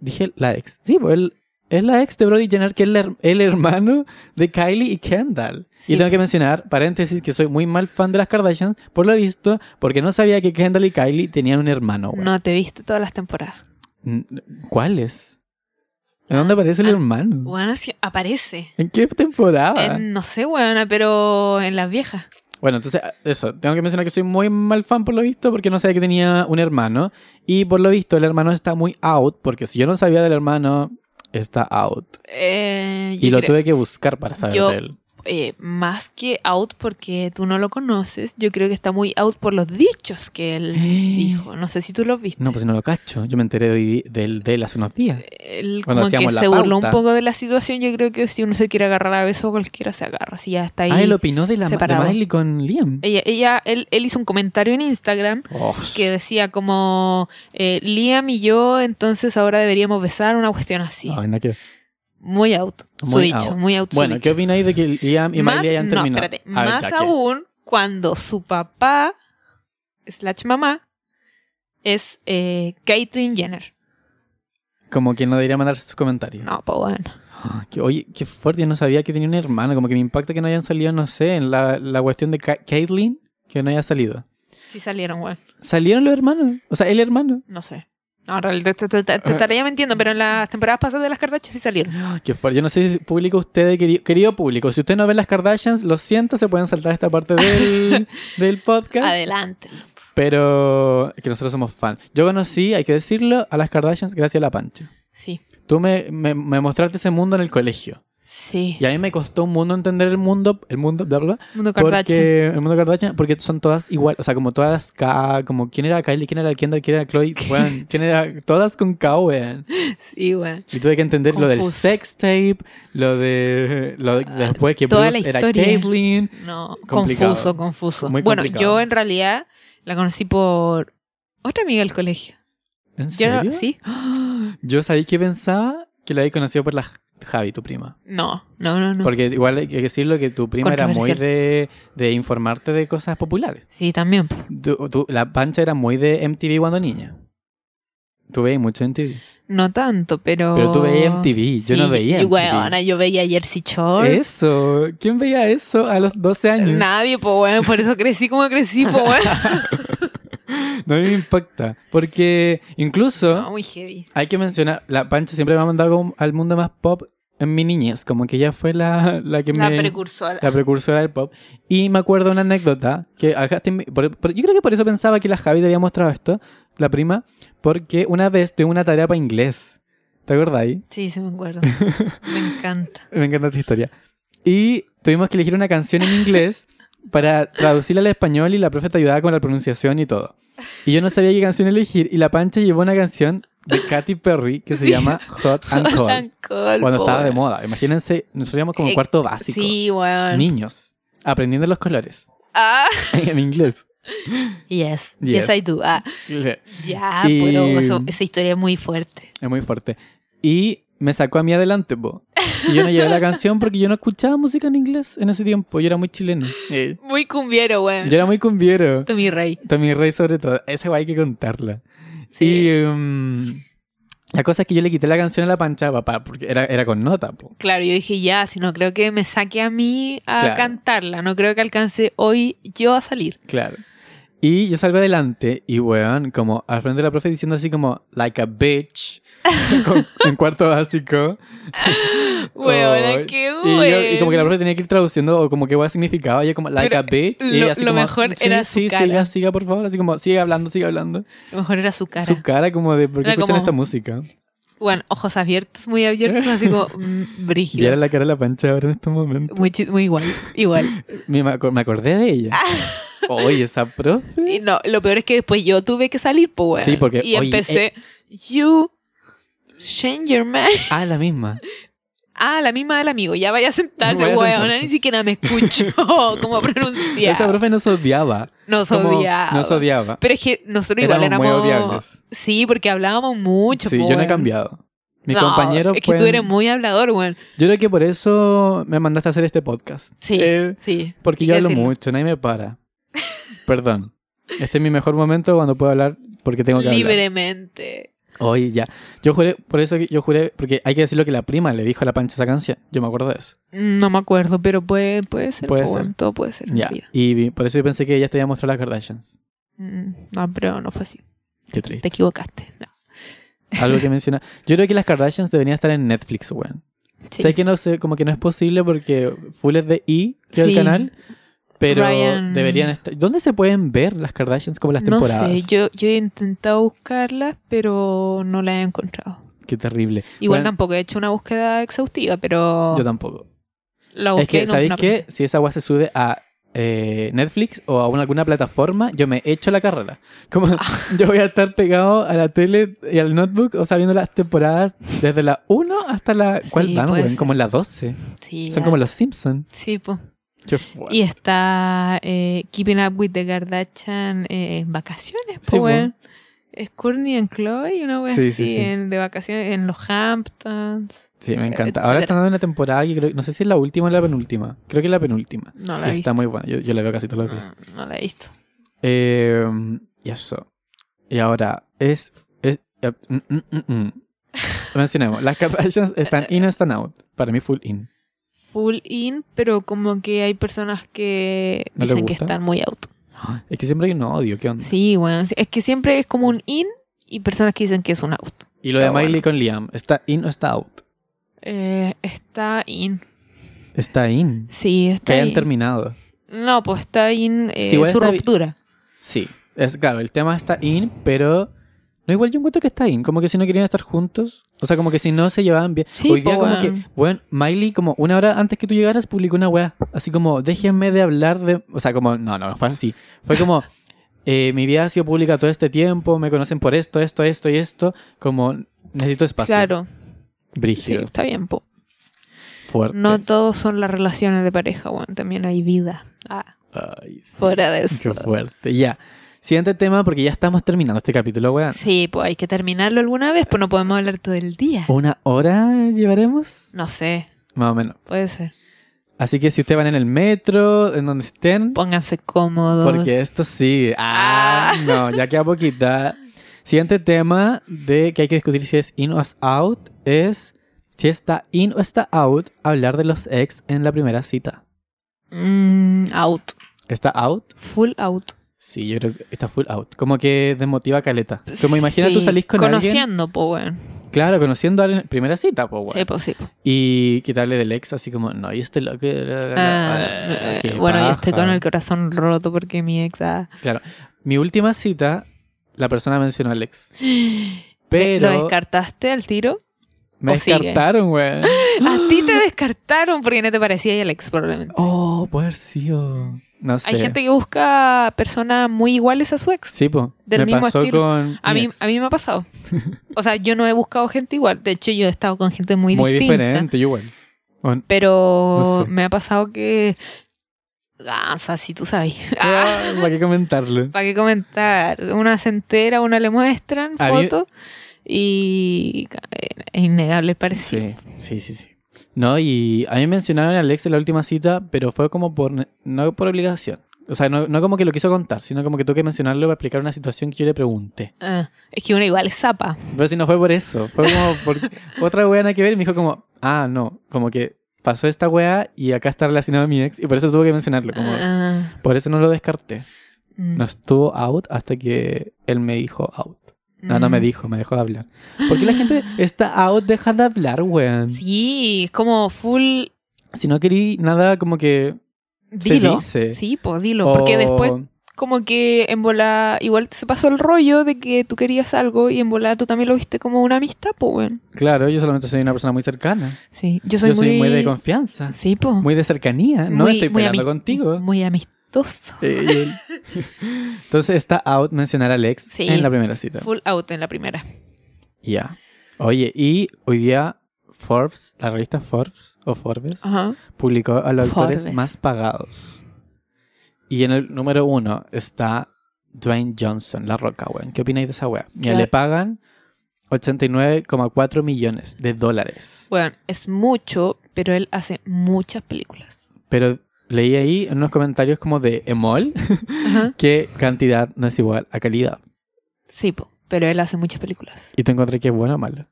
S2: Dije la ex. Sí, pues él- es la ex de Brody Jenner, que es la her- el hermano de Kylie y Kendall.
S3: Sí,
S2: y tengo que mencionar, paréntesis, que soy muy mal fan de las Kardashians, por lo visto, porque no sabía que Kendall y Kylie tenían un hermano, weón.
S3: No, te viste todas las temporadas.
S2: Mm, ¿Cuáles? ¿En dónde aparece el
S3: Ah,
S2: hermano?
S3: Weón, así aparece.
S2: ¿En qué temporada?
S3: En- no sé, weón, pero en las viejas.
S2: Bueno, entonces, eso, tengo que mencionar que soy muy mal fan por lo visto porque no sabía que tenía un hermano y por lo visto el hermano está muy out porque si yo no sabía del hermano, está out.
S3: Eh,
S2: Y
S3: yo
S2: lo
S3: creo-
S2: tuve que buscar para saber
S3: Yo-
S2: de él.
S3: eh, más que out porque tú no lo conoces, yo creo que está muy out por los dichos que él dijo. No sé si tú los viste.
S2: Eh. No, pues no lo cacho. Yo me enteré de, hoy- del- de él hace unos días.
S3: Eh, Él
S2: Cuando
S3: como que
S2: hacíamos la
S3: se burló un
S2: pauta.
S3: poco de la situación. Yo creo que si uno se quiere agarrar a beso, cualquiera se agarra. Si ya está ahí.
S2: ah, él opinó de la de
S3: separado.
S2: Miley con Liam.
S3: Ella, ella, él, él hizo un comentario en Instagram
S2: Oh,
S3: que decía como eh, Liam y yo, entonces ahora deberíamos besar una cuestión así.
S2: ay, no quiero.
S3: Muy out. Su
S2: Muy
S3: dicho,
S2: out.
S3: muy out. su
S2: Bueno,
S3: dicho.
S2: ¿qué opináis de que Liam y
S3: más,
S2: Miley hayan
S3: no,
S2: terminado?
S3: espérate,
S2: A ver,
S3: más
S2: ya, ¿qué?
S3: aún cuando su papá, slash mamá, es eh, Caitlyn Jenner.
S2: Como que no debería mandar sus comentarios.
S3: No, pues bueno.
S2: Ah, que- oye, qué fuerte, yo no sabía que tenía un hermano. Como que me impacta que no hayan salido, no sé, en la, la cuestión de Ka- Caitlyn, que no haya salido.
S3: Sí salieron, bueno,
S2: ¿Salieron los hermanos? O sea, el hermano.
S3: no sé. No, en realidad te, te-
S2: Eh.
S3: te- te estaría mintiendo, pero en las temporadas pasadas de las Kardashian sí salieron.
S2: Ah, Qué fuerte. Yo no sé si público ustedes, querido, querido público, si ustedes no ven las Kardashians, lo siento, se pueden saltar esta parte del, del podcast.
S3: Adelante.
S2: Pero es que nosotros somos fan. Yo conocí, hay que decirlo, a las Kardashians gracias a la pancha.
S3: Sí.
S2: Tú me, me- me mostraste ese mundo en el colegio.
S3: Sí.
S2: Y a mí me costó un mundo entender el mundo, el mundo, bla, bla, bla.
S3: Mundo Kardashian.
S2: Porque el mundo Kardashian, porque son todas igual. O sea, como todas K, como quién era Kylie, quién era Kendall, quién era Chloe, weón, quién era, todas con K, weón.
S3: Sí, bueno.
S2: Y tuve que entender lo del
S3: Confuso.
S2: sex tape, lo de. Lo de- después que
S3: Ah, toda
S2: Bruce
S3: la
S2: era
S3: historia.
S2: Caitlyn.
S3: No,
S2: Complicado.
S3: confuso, confuso.
S2: Muy
S3: bueno,
S2: complicado.
S3: yo en realidad la conocí por otra amiga del colegio.
S2: ¿En
S3: Yo
S2: serio?
S3: no- sí.
S2: Yo sabía que pensaba que la había conocido por la J- Javi, tu prima.
S3: No, no, no, no.
S2: Porque igual hay que decirlo que tu prima era muy
S3: Controversial.
S2: de, de informarte de cosas populares.
S3: Sí, también. po.
S2: Tú- tú- la pancha era muy de MTV cuando niña. Tú veías mucho MTV.
S3: No tanto, pero.
S2: Pero tú veías MTV, yo no
S3: Oh, Sí,
S2: veía
S3: Y
S2: MTV.
S3: weona, yo veía Jersey Shore.
S2: Eso. ¿Quién veía eso a los 12 años?
S3: Nadie, po, weón. Por eso crecí como crecí, po, weón.
S2: No a mí me impacta. Porque incluso.
S3: No, muy heavy.
S2: Hay que mencionar, la Pancha siempre me ha mandado como al mundo más pop en mi niñez, como que ella fue la, la que
S3: La
S2: me...
S3: precursora.
S2: La precursora del pop. Y me acuerdo una anécdota que a Justin Bi- por- por- yo creo que por eso pensaba que la Javi te había mostrado esto, la prima, porque una vez tuve una tarea para inglés. ¿Te acuerdas ahí?
S3: Sí, sí, me acuerdo. Me encanta.
S2: Me encanta esta historia. Y tuvimos que elegir una canción en inglés para traducirla al español y la profe te ayudaba con la pronunciación y todo. Y yo no sabía qué canción elegir y la pancha llevó una canción de Katy Perry que se llama Hot and Cold. Cuando estaba de moda. Imagínense, nosotros íbamos como en
S3: Eh,
S2: cuarto básico.
S3: Sí, weón.
S2: Niños. Aprendiendo los colores.
S3: Ah,
S2: En inglés.
S3: yes,
S2: Yes.
S3: yes, I do. Ah, ya,
S2: Y-
S3: pero eso- esa historia es muy fuerte.
S2: Es muy fuerte. Y me sacó a mí adelante, po. Y yo no llevé la canción porque yo no escuchaba música en inglés en ese tiempo. Yo era muy chileno. Eh,
S3: Muy cumbiero, weón.
S2: Yo era muy cumbiero.
S3: Tommy Rey.
S2: Tommy Rey sobre todo. Esa guay hay que contarla.
S3: Sí.
S2: Y em, la cosa es que yo le quité la canción a la pancha, papá, porque era, era con nota, po.
S3: Claro, yo dije, ya, si no creo que me saque a mí a
S2: Claro.
S3: cantarla, no creo que alcance hoy yo a salir.
S2: Claro. Y yo salgo adelante y, weón, como al frente de la profe diciendo así como, like a bitch, con- en cuarto básico.
S3: Weona,
S2: Oh,
S3: qué
S2: y, yo- y como que la
S3: weón.
S2: profe tenía que ir traduciendo o como que weón significaba, y yo como, like
S3: Pero
S2: a bitch. y
S3: lo-
S2: ella así
S3: lo
S2: como,
S3: mejor
S2: "Sí,
S3: era su
S2: sí,
S3: cara.
S2: siga, siga, por favor. Así como, sigue hablando, sigue hablando.
S3: A lo mejor era su cara.
S2: Su cara como de, ¿por qué
S3: Era
S2: escuchan
S3: como-
S2: esta música?
S3: Bueno, ojos abiertos, muy abiertos, así como mm,
S2: Y era
S3: brígido.
S2: la cara de la pancha ahora en este momento.
S3: Muy, chi- muy igual, igual.
S2: Me, me acor- me acordé de ella. Oye, esa profe.
S3: Y no, lo peor es que después yo tuve que salir, pues weón.
S2: Sí, porque,
S3: Y
S2: oye, eh,
S3: empecé, you change your mind.
S2: Ah, la misma.
S3: Ah, la misma del amigo, ya vaya a sentarse,
S2: Vaya a
S3: weón.
S2: sentarse.
S3: Ni siquiera me escuchó cómo pronunciar.
S2: Esa profe nos odiaba.
S3: Nos
S2: Como-
S3: odiaba.
S2: Nos odiaba.
S3: Pero es que nosotros igual
S2: Éramos
S3: éramos.
S2: muy odiables.
S3: Sí, porque hablábamos mucho.
S2: Sí,
S3: po,
S2: yo no he
S3: weón.
S2: cambiado. Mi
S3: No,
S2: compañero
S3: Es que tú
S2: fue-
S3: eres muy hablador, weón.
S2: Yo creo que por eso me mandaste a hacer este podcast.
S3: Sí,
S2: Eh,
S3: sí.
S2: porque
S3: hay
S2: yo
S3: que
S2: hablo
S3: decirlo.
S2: mucho, nadie me para. Perdón. Este es mi mejor momento cuando puedo hablar porque tengo que hablar.
S3: Libremente.
S2: Oye, ya. Yo juré, por eso que yo juré, porque hay que decir lo que la prima le dijo a la pancha esa canción. Yo me acuerdo de eso.
S3: Mm, No me acuerdo, pero puede, puede ser.
S2: Puede
S3: po,
S2: ser.
S3: weón, Todo puede ser en
S2: Ya.
S3: la vida.
S2: Y vi- por eso yo pensé que ella te había mostrado las Kardashians.
S3: Mm, No, pero no fue así.
S2: Qué triste.
S3: Te equivocaste. No.
S2: Algo que menciona. Yo creo que las Kardashians deberían estar en Netflix, weón.
S3: Sí.
S2: Sé que no sé, como que no es posible porque full es de E, que es el
S3: Sí.
S2: canal. Pero
S3: Ryan-
S2: deberían estar. ¿Dónde se pueden ver las Kardashians como las
S3: no
S2: temporadas?
S3: sé, yo, yo he intentado buscarlas, pero no las he encontrado.
S2: Qué terrible.
S3: Igual
S2: Bueno,
S3: tampoco he hecho una búsqueda exhaustiva, pero
S2: Yo tampoco.
S3: La
S2: Es
S3: busqué,
S2: que,
S3: no,
S2: ¿sabéis
S3: no
S2: qué?
S3: aprendí.
S2: Si esa weá se sube a eh, Netflix o a una- alguna plataforma, yo me echo la carrera. Como yo voy a estar pegado a la tele y al notebook, o sea, viendo las temporadas desde la 1 hasta la. ¿Cuál
S3: Sí,
S2: van,
S3: puede
S2: weón?
S3: ser.
S2: Como en la 12.
S3: Sí,
S2: Son
S3: ya.
S2: como los Simpsons.
S3: Sí, po.
S2: Qué fuerte.
S3: Y está eh, Keeping Up with the Kardashian eh, en vacaciones,
S2: Sí,
S3: po,
S2: po.
S3: weón. Es Courtney and Chloe, una vez
S2: Sí, sí, sí.
S3: de vacaciones en los Hamptons.
S2: Sí, me encanta. Ahora
S3: etcétera.
S2: están dando una temporada que creo, no sé si es la última o la penúltima. Creo que es la penúltima.
S3: No la he
S2: Y
S3: visto.
S2: Está muy buena. Yo, yo la veo casi todos los días.
S3: no, no la he visto.
S2: Eh, y eso. Y ahora, es. es eh, mm, mm, mm, mm. Mencionemos, las Kardashians están in o están out. Para mí, full in.
S3: Full in, pero como que hay personas que
S2: ¿No le
S3: dicen que
S2: gusta? Mm.
S3: están muy out.
S2: Es que siempre hay un odio, ¿qué onda?
S3: Sí, weón. Es que siempre es como un in y personas que dicen que es un out.
S2: y lo de
S3: está
S2: Miley
S3: bueno.
S2: con Liam, ¿está in o está out?
S3: Eh, está in.
S2: Está in.
S3: Sí, está
S2: Que hayan
S3: in.
S2: terminado.
S3: No, pues está in eh,
S2: Sí, igual
S3: su
S2: está bi-
S3: ruptura.
S2: Sí. Es claro, el tema está in, pero. No, igual yo encuentro que está in. Como que si no querían estar juntos. O sea, como que si no se llevaban bien.
S3: Sí,
S2: Hoy día,
S3: po,
S2: como
S3: weón.
S2: que. Bueno, Miley, como una hora antes que tú llegaras, publicó una weá. Así como, déjenme de hablar de. O sea, como. No, no, no fue así. Fue como. eh, mi vida ha sido pública todo este tiempo. Me conocen por esto, esto, esto y esto. Como. Necesito espacio.
S3: Claro, sí,
S2: Brígido.
S3: está bien, po.
S2: Fuerte.
S3: No todos son las relaciones de pareja, weón. También hay vida. Ah,
S2: Ay, sí.
S3: fuera de eso.
S2: Qué fuerte. Ya. Siguiente tema, porque ya estamos terminando este capítulo, weón.
S3: Sí, pues hay que terminarlo alguna vez, pues no podemos hablar todo el día.
S2: ¿Una hora llevaremos?
S3: No sé,
S2: Más o menos.
S3: puede ser.
S2: Así que si ustedes van en el metro, en donde estén,
S3: Pónganse cómodos.
S2: porque esto sigue. Ah, no, ya queda poquita. Siguiente tema de que hay que discutir si es in o es out es si está in o está out hablar de los ex en la primera cita.
S3: Mm, out.
S2: ¿Está out?
S3: Full out.
S2: Sí, yo creo que está full out. Como que desmotiva a caleta. Como imagina tú
S3: Sí,
S2: salís con alguien.
S3: Conociendo, po, weón.
S2: Claro, conociendo a alguien en primera cita, pues bueno.
S3: Sí, po, sí, po.
S2: Y quitarle del ex así como, no, yo estoy loco.
S3: Ah,
S2: Qué
S3: eh, bueno, yo estoy
S2: paja.
S3: con el corazón roto porque mi ex. ah,
S2: Mi última cita, la persona mencionó al ex.
S3: ¿Lo
S2: Pero
S3: descartaste al tiro?
S2: me
S3: o sigue?
S2: descartaron, güey.
S3: A ti te descartaron porque no te parecía el ex, probablemente.
S2: Oh, por sido. No sé.
S3: Hay gente que busca personas muy iguales a su ex.
S2: Sí, po.
S3: del
S2: me
S3: mismo
S2: pasó
S3: estilo.
S2: con.
S3: A
S2: mi
S3: mí,
S2: ex.
S3: a mí me ha pasado. O sea, yo no he buscado gente igual. De hecho, yo he estado con gente muy,
S2: Muy
S3: distinta.
S2: diferente, yo, igual. On-
S3: Pero
S2: No sé.
S3: me ha pasado que. Gansa, si tú sabes.
S2: Ah, ¿Para qué comentarlo?
S3: ¿Para qué comentar? Una se entera, una le muestran
S2: A mí-
S3: fotos y es innegable el parecido.
S2: Sí, sí, sí, sí. No, y a mí mencionaron al ex en la última cita, pero fue como por ne- no por obligación. O sea, no, no como que lo quiso contar, sino como que tuve que mencionarlo para explicar una situación que yo le pregunté.
S3: Ah, es que una igual es zapa.
S2: Pero si no fue por eso, fue como por otra wea nada que ver y me dijo como, ah, no, como que pasó esta wea y acá está relacionado a mi ex y por eso tuve que mencionarlo, como
S3: Ah,
S2: por eso no lo descarté.
S3: mm,
S2: No estuvo out hasta que él me dijo out. No, no me
S3: mm.
S2: dijo, me dejó de hablar. Porque la gente está out, deja de hablar, weón.
S3: Sí, es como full.
S2: Si no querí nada como que
S3: Dilo.
S2: se dice.
S3: Sí, pues dilo. Porque
S2: O-
S3: después como que en bola igual se pasó el rollo de que tú querías algo y en bola tú también lo viste como una amistad, pues bueno.
S2: Claro, yo solamente soy una persona muy cercana.
S3: Sí, yo soy
S2: yo
S3: muy
S2: soy muy de confianza,
S3: Sí, pues.
S2: muy de cercanía. No estoy peleando contigo.
S3: Muy amistoso.
S2: Eh, y él- Entonces está out mencionar a Lex
S3: Sí.
S2: en la primera cita.
S3: Full out en la primera.
S2: Ya. Oye, y hoy día Forbes, la revista Forbes o Forbes,
S3: Ajá.
S2: publicó a los actores
S3: Forbes.
S2: más pagados. Y en el número uno está Dwayne Johnson, La Roca, weón. ¿Qué opináis de esa weá? Mira,
S3: Claro.
S2: le pagan 89,4 millones de dólares.
S3: Bueno, es mucho, pero él hace muchas películas.
S2: Pero leí ahí en unos comentarios como de Emol
S3: Ajá.
S2: que cantidad no es igual a calidad.
S3: Sí, po, pero él hace muchas películas.
S2: Y te encontré que es bueno o malo.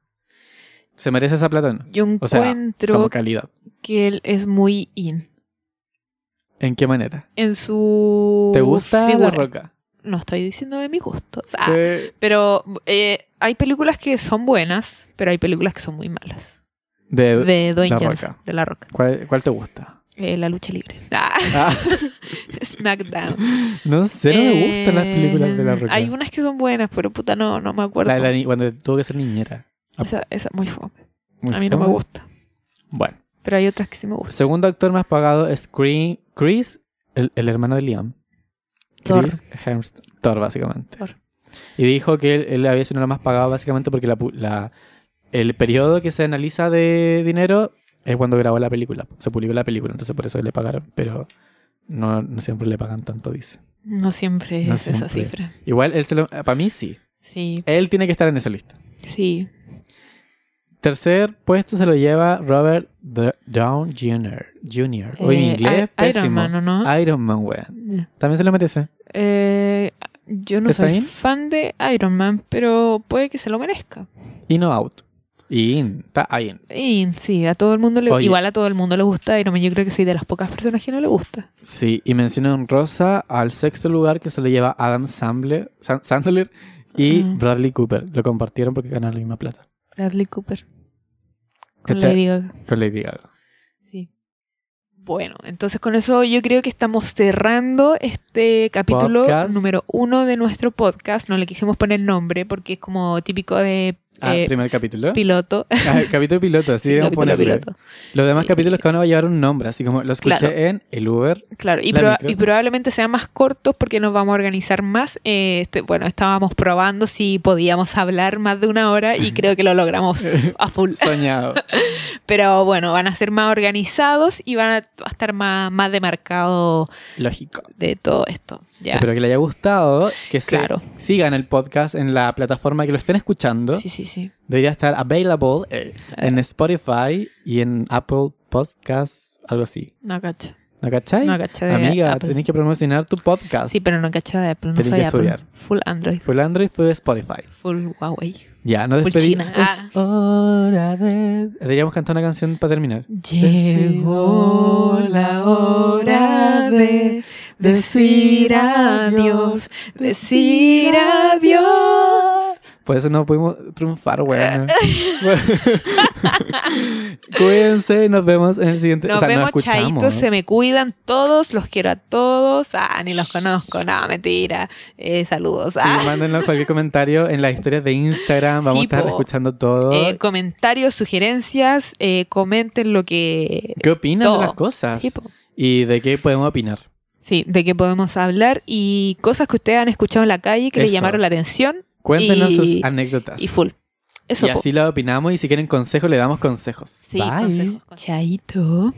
S2: ¿Se merece esa plata o no?
S3: Yo
S2: O sea,
S3: encuentro
S2: Como calidad.
S3: que él es muy in
S2: ¿En qué manera?
S3: en su
S2: ¿Te gusta
S3: figura. Ah.
S2: La Roca?
S3: No estoy diciendo de mi gusto. o sea,
S2: Te-
S3: Pero eh, hay películas que son buenas, pero hay películas que son muy malas.
S2: de-
S3: De Dwayne
S2: Eh, La
S3: Johnson,
S2: Roca.
S3: de La Roca.
S2: ¿cuál, cuál te gusta?
S3: Eh, la lucha libre. Ah,
S2: Ah,
S3: SmackDown.
S2: no sé, no me gustan las
S3: Eh,
S2: películas de La Roca.
S3: Hay unas que son buenas, pero puta, no, no me acuerdo.
S2: La de la ni- cuando tuvo que ser niñera.
S3: Esa esa es muy fome.
S2: Muy
S3: A mí no me
S2: fome.
S3: gusta.
S2: Bueno,
S3: Pero hay otras que sí me gustan.
S2: Segundo actor más pagado es Cri- Chris, el, el hermano de Liam.
S3: Thor.
S2: Chris Hemsworth. Thor, básicamente.
S3: Thor.
S2: Y dijo que él, él había sido uno de los más pagados básicamente porque la, pu- la- el periodo que se analiza de dinero es cuando grabó la película. Se publicó la película, entonces por eso le pagaron. Pero no, no siempre le pagan tanto, dice.
S3: No siempre
S2: No
S3: es esa
S2: siempre.
S3: cifra.
S2: Igual, él se lo, eh, para mí sí.
S3: Sí,
S2: Él tiene que estar en esa lista.
S3: sí.
S2: Tercer puesto se lo lleva Robert D- Down Jr. Jr. Oye,
S3: Eh,
S2: en inglés,
S3: I- Iron
S2: pésimo. Ah.
S3: Man, ¿o no?
S2: Iron Man, weón. También se lo merece.
S3: Eh, yo no
S2: ¿Está
S3: soy
S2: bien?
S3: fan de Iron Man, pero puede que se lo merezca.
S2: In o out. In. Está in.
S3: Y sí, a todo el mundo le,
S2: Oye.
S3: igual a todo el mundo le gusta Iron Man. Yo creo que soy de las pocas personas que no le gusta.
S2: Sí, y menciona en rosa al sexto lugar que se lo lleva Adam Sandler, San- Sandler y
S3: Ajá.
S2: Bradley Cooper. Lo compartieron porque ganaron la misma plata.
S3: Bradley Cooper. Con
S2: ¿Cachai?
S3: Lady Gaga.
S2: Con Lady Gaga.
S3: Sí. Bueno, entonces con eso yo creo que estamos cerrando este capítulo
S2: Podcast.
S3: número uno de nuestro podcast. No le quisimos poner nombre porque es como típico de
S2: Ah,
S3: eh,
S2: primer capítulo.
S3: piloto.
S2: Ah, capítulo piloto, así debemos
S3: Capítulo
S2: ponerle.
S3: piloto.
S2: Los demás capítulos que van a llevar un nombre, así como lo escuché
S3: Claro.
S2: en el Uber.
S3: Claro, y,
S2: La
S3: proba-
S2: micro.
S3: y probablemente sean más cortos porque nos vamos a organizar más. Eh, este, bueno, estábamos probando si podíamos hablar más de una hora y creo que lo logramos a full.
S2: Soñado.
S3: Pero bueno, van a ser más organizados y van a, va a estar más, más demarcado
S2: Lógico.
S3: de todo esto. Ya.
S2: Espero que le haya gustado, que se
S3: Claro.
S2: sigan el podcast en la plataforma que lo estén escuchando.
S3: Sí, sí, sí.
S2: Debería estar available eh, en Spotify y en Apple Podcasts, algo así.
S3: No cacho.
S2: ¿No cachai?
S3: No cacho de
S2: Amiga,
S3: Apple.
S2: tenés que promocionar tu podcast.
S3: Sí, pero no cacho de Apple. No
S2: Tenés
S3: soy
S2: que
S3: Apple.
S2: estudiar.
S3: Full Android.
S2: Fue el Android, fue Spotify.
S3: Full Huawei.
S2: Ya, nos
S3: Full
S2: despedimos.
S3: China. Ah.
S2: Es hora de... Deberíamos cantar una canción para terminar.
S3: Llegó la hora de decir adiós, decir adiós.
S2: Por eso no pudimos triunfar, weón. Cuídense, nos vemos en el siguiente...
S3: Nos
S2: o sea,
S3: vemos,
S2: escuchamos.
S3: chaitos, se me cuidan todos, los quiero a todos. Ah, ni los conozco, no, mentira. Eh, saludos. Ah.
S2: Y mándenos cualquier comentario en las historias de Instagram. Vamos a
S3: Sí,
S2: estar
S3: po.
S2: escuchando todo.
S3: Eh, comentarios, sugerencias, eh, comenten lo que...
S2: ¿Qué opinan
S3: todo.
S2: de las cosas?
S3: Sí, po.
S2: ¿Y de qué podemos opinar?
S3: Sí, de qué podemos hablar y cosas que ustedes han escuchado en la calle que les
S2: Eso.
S3: llamaron la atención
S2: Cuéntenos
S3: Y-
S2: sus anécdotas.
S3: y full. Eso,
S2: y
S3: po.
S2: así lo opinamos y si quieren consejos le damos consejos.
S3: Sí, consejos, consejos. Chaito.